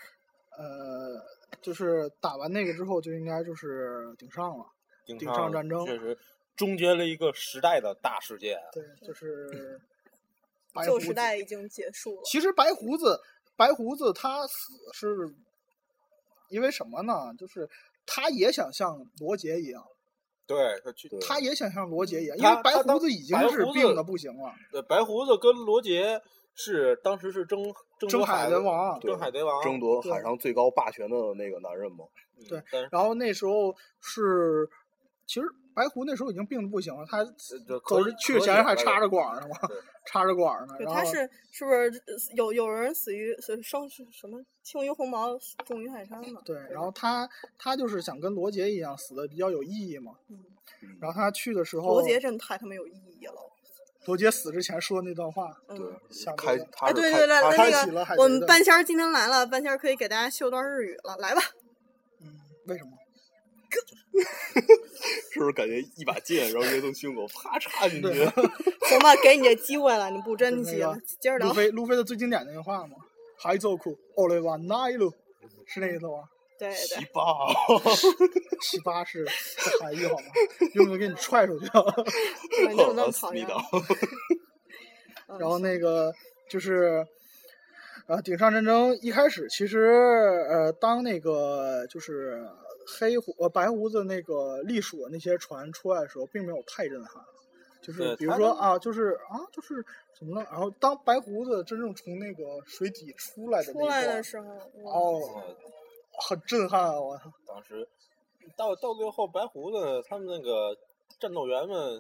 呃，就是打完那个之后，就应该就是顶上了。
顶
顶上战争
确实终结了一个时代的大事件。
对，就是白胡
旧
子
时代已经结束了。
其实白胡子，白胡子他死是因为什么呢？就是他也想像罗杰一样，
对他去
对
他也想像罗杰一样，因
他
为白
他
胡
当
子已经
白
是
胡
病
子
的不行了，
呃白胡子跟罗杰是当时是争
争
夺
海
海
贼王
争海贼王
争夺
对
海上最高霸权的那个男人嘛，
嗯
对
但是
然后那时候是，其实白胡那时候已经病的不行了，他
这
走
可
着
以
去
可以
前还
了
插着管儿呢嘛
对，
插着管儿呢。
对，
然
他
后
是是不是有有人死于死生是什么轻于鸿毛，重于泰山呢？
对，然后他他就是想跟罗杰一样死的比较有意义嘛。
嗯
然后他去的时候，
罗杰真太他妈有意义了。
罗杰死之前说的那段话，
嗯，
想
开
着
他
哎，
是
对
开
对对，
他
那
是
开
那
启了海
个
贼
我们
的
半仙儿今天来了，半仙儿可以给大家秀段日语了，来吧。
嗯，为什么？
是不是感觉一把剑，然后约从 胸口，啪 嚓进去？
行吧，给你这机会了，你不珍惜
就那
了
个，
接着
路
聊。
飞路飞的最经典那句话嘛，还做苦，奥雷瓦奈鲁，是那意思 吧？
对
奇
对，
葩！
奇葩是含义好吗？用不着给你踹出去了。
对你怎么那么讨
死你
厌
的？
啊？嗯
然后那个就是，呃，顶上战争一开始其实呃，当那个就是黑胡呃白胡子那个隶属的那些船出来的时候，并没有太震撼。就是
对
比如
他
说
们
啊，就是啊，就是怎么了？然后当白胡子真正从那个水底出来的那
出
一
来
段
的，时候，嗯哇
哦，很震撼啊！我操，
当时到到最后，白胡子他们那个战斗员们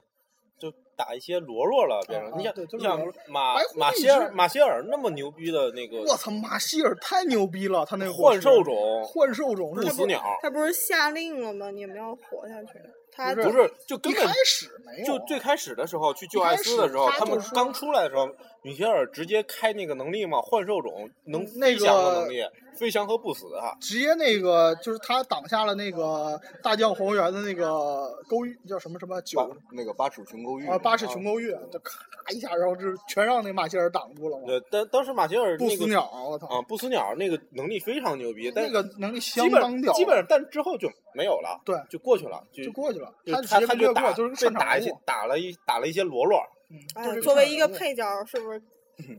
就打一些罗罗了，变成、
啊
你想
对都
你
是
想
罗罗
马
白胡子
马
一直
歇尔马歇尔那么牛逼的那个
我操，马希尔太牛逼了！他那个
幻兽种
幻兽种
不
是
死鸟，
他不是下令了吗？你们要活下去。他
不
不是就
一
根本
开始没有，啊
就最开始的时候去救
一开
艾斯的
始
时候，
他
他
就
们
说
刚出来的时候，米歇尔直接开那个能力嘛，幻兽种能
嗯那
飞翔的
个
能力，飞翔和不死啊，
直接那个就是他挡下了那个大将黄猿的那个勾玉叫什么什么九
八那个八尺琼勾玉
啊八尺琼勾玉，就咔嚓一下，然后就是全让那马歇尔挡住了嘛。
对，但当时马歇尔
不
那
死
个
鸟，我
啊
操，
不死鸟那个能力非常牛逼，但
那个能力相
基本
当屌，
基本上，但之后就没有了，
对
就过去了，就
就过去了。
就
直
他
接
他
被掠
就
过，
打
就是
被
个上场
打一
人
些
物
打了一打了一些罗罗，
嗯
哎呀
就是个嗯
作为
上
一
场
个
人物
配角，是不是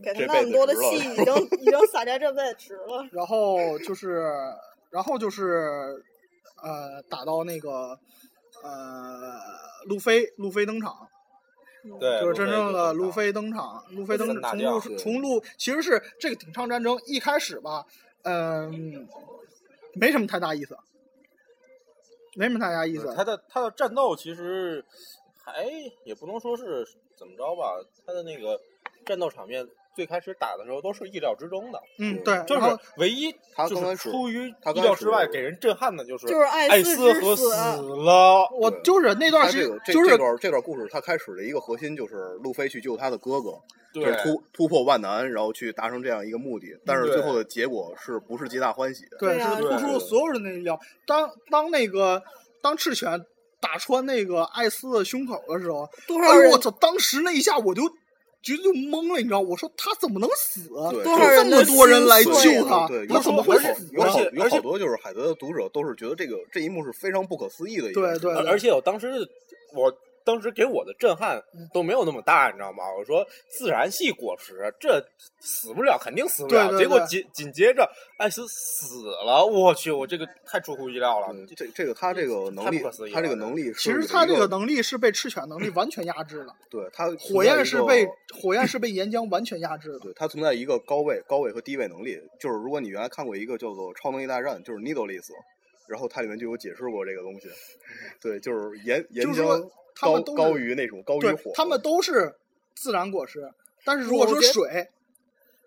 给他
这
那
辈
么
子
多的
值了
戏，已经已经洒在这辈子值 了？
然后就是，然后就是，呃，打到那个，呃，路飞，路飞登场，
对，啊
就是真正的
呃路
路飞登场，路飞登
三大
从
将
路
是
从路其实是这个顶上战争一开始吧，嗯，没什么太大意思，没什么太大意
就
思
是。他的他的战斗其实还也不能说是怎么着吧，他的那个战斗场面最开始打的时候都是意料之中的，
嗯，对，
就
然后
是唯一
他
就
刚
是
开始
出于
他
意
刚
料
开
之
始
外给人震撼的就是
就是艾
艾
斯
斯
之
和
死
了，
我
对
就是那段
他
时
这个这
啊间，就
这
是
段这段故事，它开始的一个核心就是路飞去救他的哥哥，就
对
是突突破万难，然后去达成这样一个目的。但是
对
最后的结果是不是皆大欢喜？
对，
对啊
是突出了所有人的力量。当当那个当赤犬打穿那个艾斯的胸口的时候，
多少
哎呦
人
我操！当时那一下我就觉得就懵了，你知道？我说他怎么能死？啊
对
多
就
少
这
是
人
么
的
多人
心
来
碎
救
啊
他
对，
他怎么会
而
有
且
好
死
有好
而且
有好多就是海德的读者都是觉得这个这一幕是非常不可思议的一个
对
事。
对，
而而且我当时我当时给我的震撼都没有那么大，你知道吗？我说自然系果实，这死不了，肯定死不了。
对对
结果
对
紧紧接着艾斯死了，我去，我这个太出乎意料了。
嗯这这个他这个能
太
力
不可思，议
他这个
了
能力是
其
有
实
一
他这个
个
能力是被赤犬能力完全压制的，
对他
火
存在
焰
一
是
个
被火焰是被岩浆完全压制的。
对，它存在一个高位、高位和低位能力。就是如果你原来看过一个叫做《超能力大战》，就是 Needleless，然后它里面就有解释过这个东西。对，就是岩岩
就是说
浆
他
高
们都是
高于那种高于
对
火，，
他们都是自然果实，但是如果
我
说
觉得
水，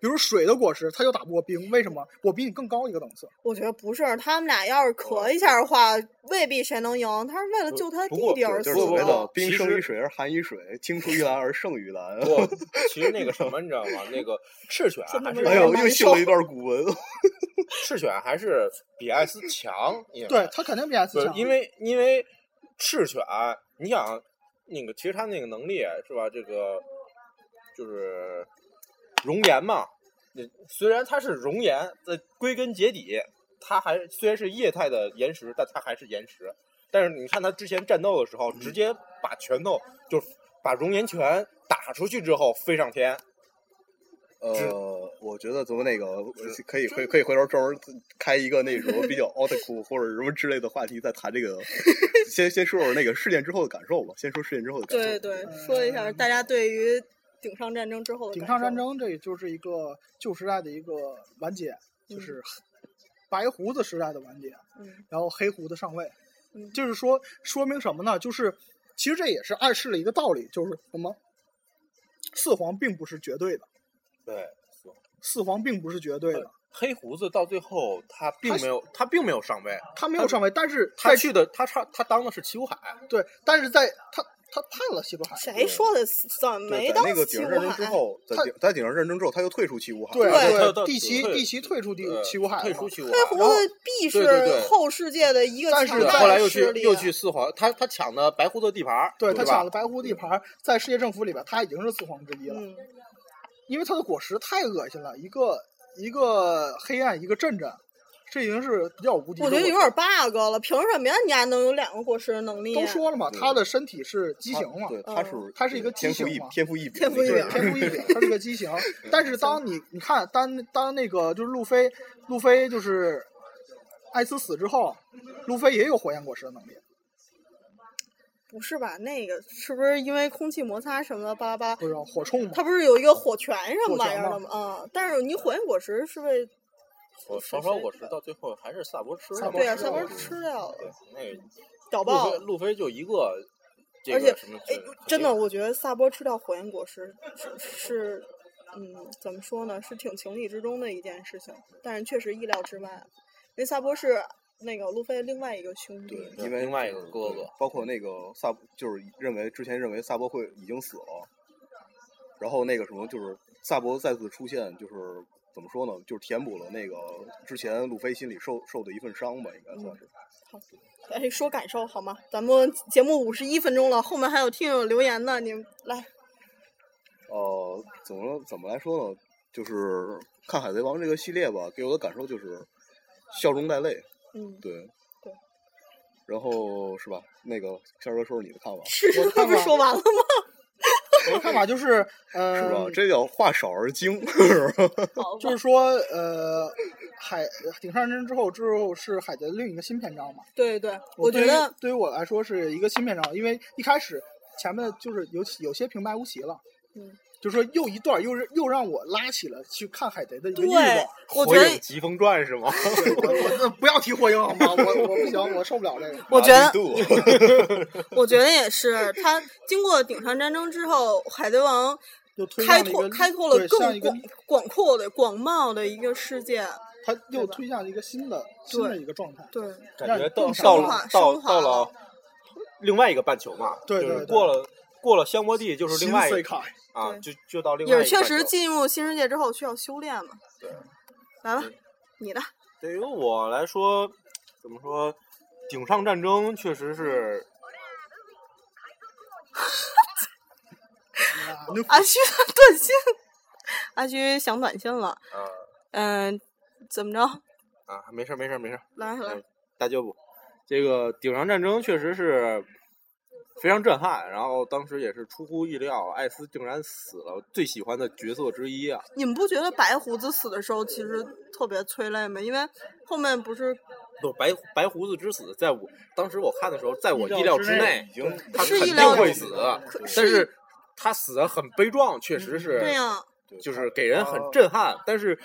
比如水的果实，它就打不过冰，为什么？我比你更高一个档次。
我觉得不是，他们俩要是咳一下的话，未必谁能赢。他是为了救他
不过
弟弟而
对
死
就
的。
是所谓的
哦
不
冰
其
生于
实
水而寒于水，青出于蓝而胜于 蓝。
我其实那个什么，你知道吗？那个赤犬还是
这
哎呦，
难
又秀了
受
一段古 文。
赤犬还是比艾斯强，因为
对，他肯定比 S
不是
强，
因为因为赤犬，你想那个其实他那个能力是吧？这个就是熔岩嘛。那虽然它是熔岩，在归根结底，它还虽然是液态的岩石，但它还是岩石。但是你看他之前战斗的时候，直接把拳头就把熔岩拳打出去之后飞上天，
呃，我觉得咱们那个可以可以可以回头专门开一个那什么比较 out 酷或者什么之类的话题，再谈 这个。先先说说那个事件之后的感受吧，先说事件之后的感受。
对对，说一下大家对于顶上战争之后的
嗯顶
感
上战
受
争这就是一个旧时代的一个完结，就是白胡子时代的完结，
嗯
然后黑胡子上位。
嗯
就是说说明什么呢？就是其实这也是暗示了一个道理，就是什么？四皇并不是绝对的，
对。
四皇并不是绝对的，
黑胡子到最后他并
他
没有，他并没有上位，
他没有上位，但是
他
在
去的他上他当的是齐武海，
对，但是在他他判了西伯海，
谁说的？怎么
对，
没
在
到哎
那个
西
顶上
伯
认证之
海？
后，在
他
顶在顶上认证之后，他又退出七武海。
对
对
他他
帝旗
退
帝旗退出帝
对
旗武海了
呃退
嘛
出七武海
黑胡
然后
子必
对对
是
对
后世界的一个
但
强
是
对
大
后来
的
又
势
去
力啊。
又去四皇，他他抢的白胡子地盘儿，
对他
吧
抢了白狐地盘儿，在世界政府里边，他已经是四皇之一了，
嗯，
因为他的果实太恶心了，一个一个黑暗，一个阵阵，这已经是比较无敌的
我
了。
觉得有点 bug 了，凭什么呀？你还能有两个果实的能力？
都说了嘛，他的身体是畸
他
形嘛，
对，他是
嗯
他是一个畸
天赋
形
异
嘛
天赋异禀
天
那
赋异
种
对
禀，
人
天赋异禀，啊他是 个畸形。但是当你你看，当当那个就是路飞，路飞就是艾斯死之后，路飞也有火焰果实的能力，
不是吧？那个是不是因为空气摩擦什么的巴拉巴拉
不？知道火冲嘛？
它不是有一个火拳什么
火拳
玩意儿的吗？啊、但是你火焰果实是被
我双双果实到最后还是萨博吃
萨
了，
博
对啊，
吃
小
了
波吃掉了，
对嗯那
屌爆
路飞
了！
路飞就一个，这
而且
个什么，
哎，真的，我觉得萨波吃掉火焰果实是是，嗯，怎么说呢？是挺情理之中的一件事情，但是确实意料之外。因为萨波是那个路飞另外一个兄弟，
因为
另外一个哥
对
哥，
包括那个萨博，就是认为之前认为萨博会已经死了，然后那个什么，就是萨博再次出现，就是怎么说呢，就是填补了那个之前路飞心里受受的一份伤吧，应该算是。
哎，说感受好吗？咱们节目五十一分钟了，后面还有听友留言呢，你们来。
呃，怎么怎么来说呢？就是看《海贼王》这个系列吧，给我的感受就是笑中带泪，
嗯，
对，
对。
然后是吧？那个夏儿哥说说你的看法，
是
我
这
看
不是
看
说完了吗？
我的看法就是，
是
呃，
吧？这叫话少而精，是吧？
好吧
就是说，呃，海顶上人之后，之后是海贼的另一个新篇章嘛。
对对，我觉
对于
得
对于我来说是一个新篇章，因为一开始前面就是有有些平白无奇了，
嗯，
就说又一段又是又让我拉起了去看海贼的一个欲
对
望。，
我觉
火影
得
疾风传》 是吗？
我我不要提火影好吗？我我不行，我受不了这个。
我觉得
难度
我觉得也是，他经过顶上战争之后，海贼王
就推向
开
了一个
拓开拓
对
了
像一
更
个
广广阔的广袤的一个世界。
他又
对吧
推向了一个新的新的一个状态。
对，
感觉
让
到
你
到
升华
了到
升华
到
了
了另外一个半球嘛，
对
就
对
是
对
过了过了香波地就是另
新
外一
岁
个
卡，
啊，
对
就就到另外一
也
个
是确
半
实
球
进入新世界之后需要修炼嘛。
对，
来吧，你的
对于我来说，怎么说，顶上战争确实是
啊那
阿虚的短信，阿虚想短信了。
啊
嗯、怎么着？
啊，没事儿没事儿没事儿，
来来
嗯
哎，大舅父，这个顶上战争确实是非常震撼，然后当时也是出乎意料，艾斯竟然死了，最喜欢的角色之一啊。
你们不觉得白胡子死的时候其实特别催泪吗？因为后面不是
不，白白胡子之死，在我当时我看的时候，在我意料之内
已，经
他
是
肯
意料
定会
之
死，
可嗯
但是他死的很悲壮，确实是
这样，
就是给人很震撼。但是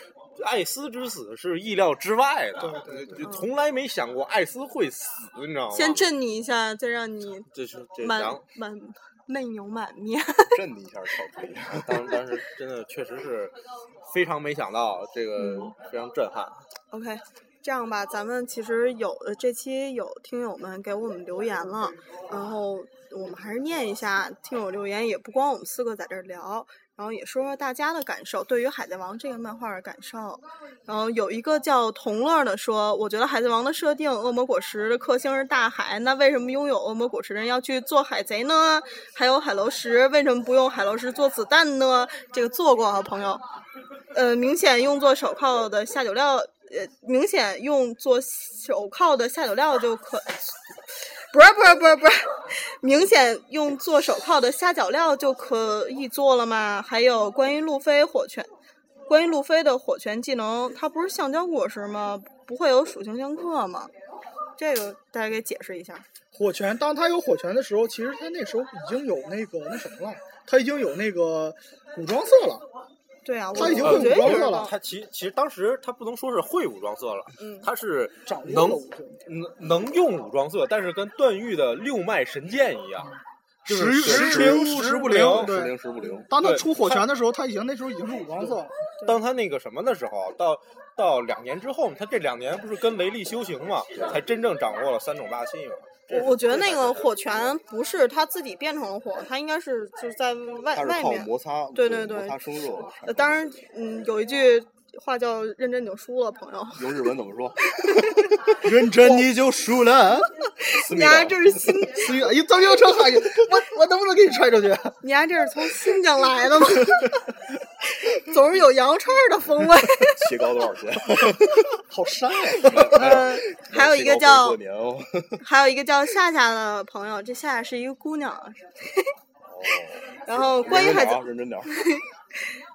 艾斯之死是意料之外的，
对对
就从来没想过艾斯会死，你知道吗？
先震你一下，再让你
这是这
满
然后
满泪流满面。
震你一下，巧克力。
当当时真的确实是非常没想到，这个
嗯
非常震撼。
OK，这样吧，咱们其实有呃这期有听友们给我们留言了，然后我们还是念一下听友留言，也不光我们四个在这儿聊，然后也说说大家的感受，对于《海贼王》这个漫画的感受。然后有一个叫同乐的说，我觉得《海贼王》的设定，恶魔果实的克星是大海，那为什么拥有恶魔果实的人要去做海贼呢？还有海楼石，为什么不用海楼石做子弹呢？这个做过啊，朋友。呃，明显用作手铐的下酒料，呃，明显用作手铐的下酒料就可，不是不是不是不是，明显用做手铐的下脚料就可以做了吗？还有关于路飞火拳，关于路飞的火拳技能，它不是橡胶果实吗？不会有属性相克吗？这个大家给解释一下。
火拳，当他有火拳的时候，其实他那时候已经有那个那什么了，他已经有那个古装色了。
对啊，我
他已经
我
会
觉得
武装
也是
色
这
了
样
他其其实当时他不能说是会武装色了，
嗯，
他是
掌握
能
了武功
能能用武装色，但是跟段誉的六脉神剑一样，就是
时
时灵
时
时
不
不
灵
灵。
时
对
灵时不灵，
当他
对
出火拳的时候，他已经那时候已经是武装色了。
当他那个什么的时候，到到两年之后，他这两年不是跟雷利修行嘛，才真正掌握了三种霸气嘛。
我我觉得那个火拳不是他自己变成了火，他应该是就是在外
它是
外
靠
面。
摩擦，
对对对
摩擦生热产生
呃
的。
当然，嗯，有一句话叫“认真你就输了”，朋友。
用日文怎么说？
认真你就输 了。
思密
你丫
达
这是新，
思雨，哎，怎么又成汉语？我我能不能给你踹出去？
你丫这是从新疆来的吗？ 总是有羊肉串儿的风 味。
切糕多少钱？
好晒啊！
嗯， 还有一个
切糕
叫
不是过年哦，
还有一个叫夏夏的朋友，这夏夏是一个姑
哦
娘。然后关于
认真
海
点
贼
儿，认真点儿。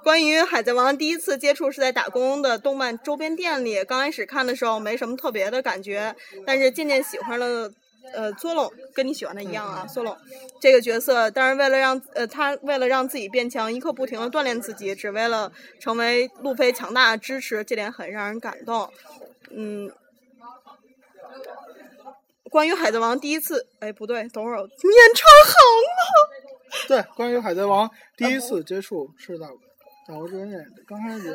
关于海贼王第一次接触是在打工的动漫周边店里，刚开始看的时候没什么特别的感觉，但是渐渐喜欢了。呃，佐隆跟你喜欢的一样啊，佐隆这个角色，当然为了让呃他为了让自己变强，一刻不停的锻炼自己，只为了成为路飞强大的支持，这点很让人感动。嗯，关于海贼王第一次，哎，不对，等会儿我念成行
对，关于海贼 王第一次接触是在在我这边演的，刚开始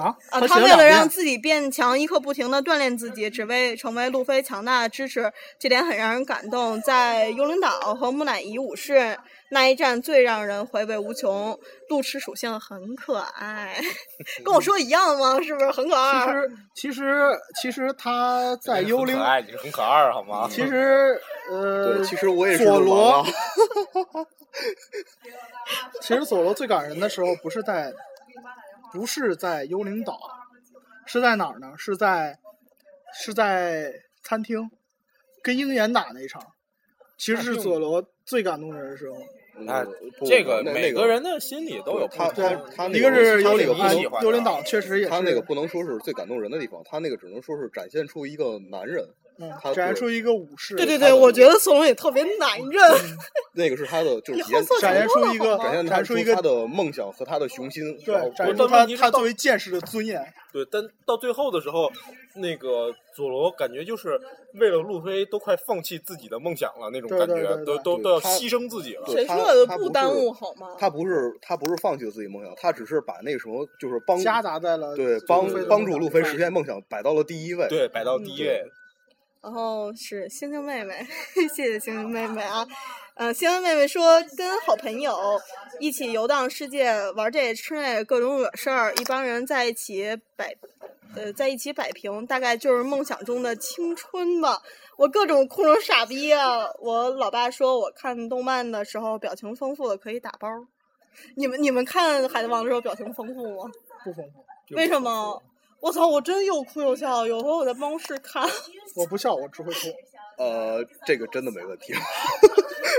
啊，
啊，他
写
为
两
了让
遍，
自己变强，一刻不停的锻炼自己，只为成为路飞强大的支持，这点很让人感动。在幽灵岛和木乃伊武士那一战最让人回味无穷。路痴属性很可 爱，跟我说一样吗？是不是很可
其
爱？
实其实其实他在幽灵
很可，爱，你是很可二好吗？
其 实呃
啊
嗯
对，，其实我也是
佐罗
完了，
其实佐罗最感人的时候不是在，不是在幽灵岛，是在哪儿呢？是在是在餐厅，跟鹰眼打那一场，其实是佐罗最感动的人的时候。
哎
嗯不
这个
那
每
那
个人的心里都有不
他
同
他
的
他那
一个是幽
他那
灵
个
你
啊
喜欢的
幽灵岛确实也是
他那个不能说是最感动人的地方，他那个只能说是展现出一个男人，
嗯
他
展现
对
出一个武士，
对对对，我觉得索隆也特别男
嗯
人，
那个是他的就是
你
体现
后做
展
展现
现
成功
出
了
一个
好
展
吗
现
展现
他
出一
他
个
的梦想和他的雄心，然后
对展现
不
出
是
他
但是
他作为剑士的尊严。
对，但到最后的时候，那个佐罗感觉就是为了路飞都快放弃自己的梦想了那种
对
感觉，
对
都
对对
都
对
都要
他
牺牲自己了。
对
谁
他
说的
他
不
不
耽
是
误好吗？
他不是他不是放弃了自己梦想，他只是把那个什么就是帮
夹杂在了
对
路
帮
飞的
帮
梦
助
想
路飞实现梦想摆到了第一位。
对，摆到第一位。
然后是星星妹妹， 谢谢星星妹妹啊。呃，星星妹妹说，跟好朋友一起游荡世界，玩这吃那各种惹事儿，一帮人在一起摆，呃，在一起摆平，大概就是梦想中的青春吧。我各种哭成傻逼啊！我老爸说我看动漫的时候表情丰富了可以打包。你们你们看《海贼王》的时候表情丰富吗？
不丰富，
为什么？我操！我真又哭又笑，有回我在办公室看。
我不笑，我只会哭。
呃，这个真的没问题，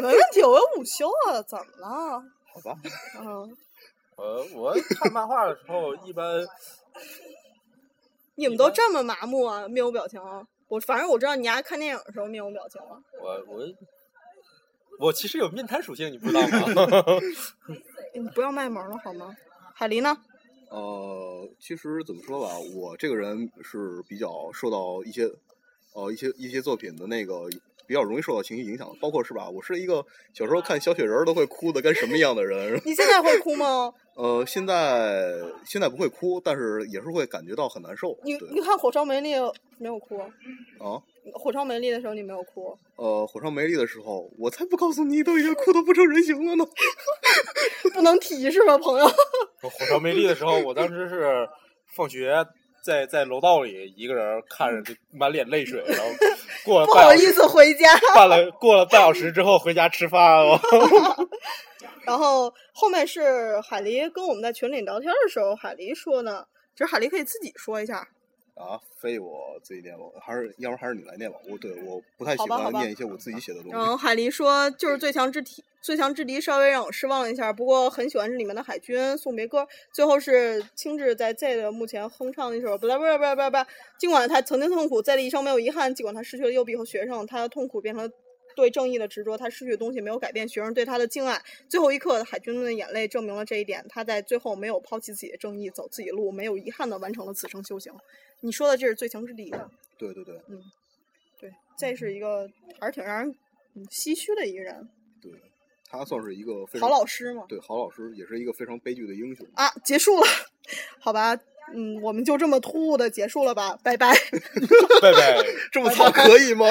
没问题，我有午休啊，怎么了？
好吧？
嗯，
呃，我看漫画的时候，一般
你们都这么麻木啊，面无表情啊。我反正我知道你丫看电影的时候面无表情了。
我我我其实有面瘫属性，你不知道吗？
你不要卖萌了好吗？海狸呢？。
呃，其实怎么说吧，我这个人是比较受到一些呃一些一些作品的那个比较容易受到情绪影响的，包括是吧？我是一个小时候看小雪人儿都会哭的跟什么一样的人
你现在会哭吗？
呃，现在现在不会哭，但是也是会感觉到很难受。
你
对
你看《火烧梅丽》没有哭啊，
啊，
《火烧梅丽》的时候你没有哭，
呃，火烧梅丽的时候，我才不告诉你，都已经哭得不成人形了呢。
不能提是吧，朋友？
我火烧梅丽的时候，我当时是放学在在楼道里一个人看着，就满脸泪水，然后过了
不
半
好
小
意
时，
思回家。
半了过了半小时之后回家吃饭哦了。
然后后面是海狸跟我们在群里聊天的时候，海狸说的，其实海狸可以自己说一下。
啊，非我自己念吧，还是要不然还是你来念吧。我对我不太
好
喜
吧好
欢
吧嗯
念一些我自己写的东
然
西。
后海狸说，就是最强之体，最强之敌稍微让我失望了一下，不过很喜欢这里面的海军送别歌。最后是青雉在 Z 的墓前哼唱一首，不啦不啦不啦不啦不啦。尽管他曾经痛苦，Z 的一生没有遗憾；尽管他失去了右臂和学生，他的痛苦变成了对正义的执着。他失去的东西没有改变学生对他的敬爱。最后一刻，海军们的眼泪证明了这一点。他在最后没有抛弃自己的正义，走自己的路，没有遗憾的完成了此生修行。你说的这是最强之敌。
对对对
对，这是一个还是挺让人嗯唏嘘的一个人，
对，他算是一个非
好
常
老师嘛。
对好老师，也是一个非常悲剧的英雄。
啊，结束了， 好吧，嗯，我们就这么突兀的结束了吧，拜拜。
拜拜。
这么糙可以吗？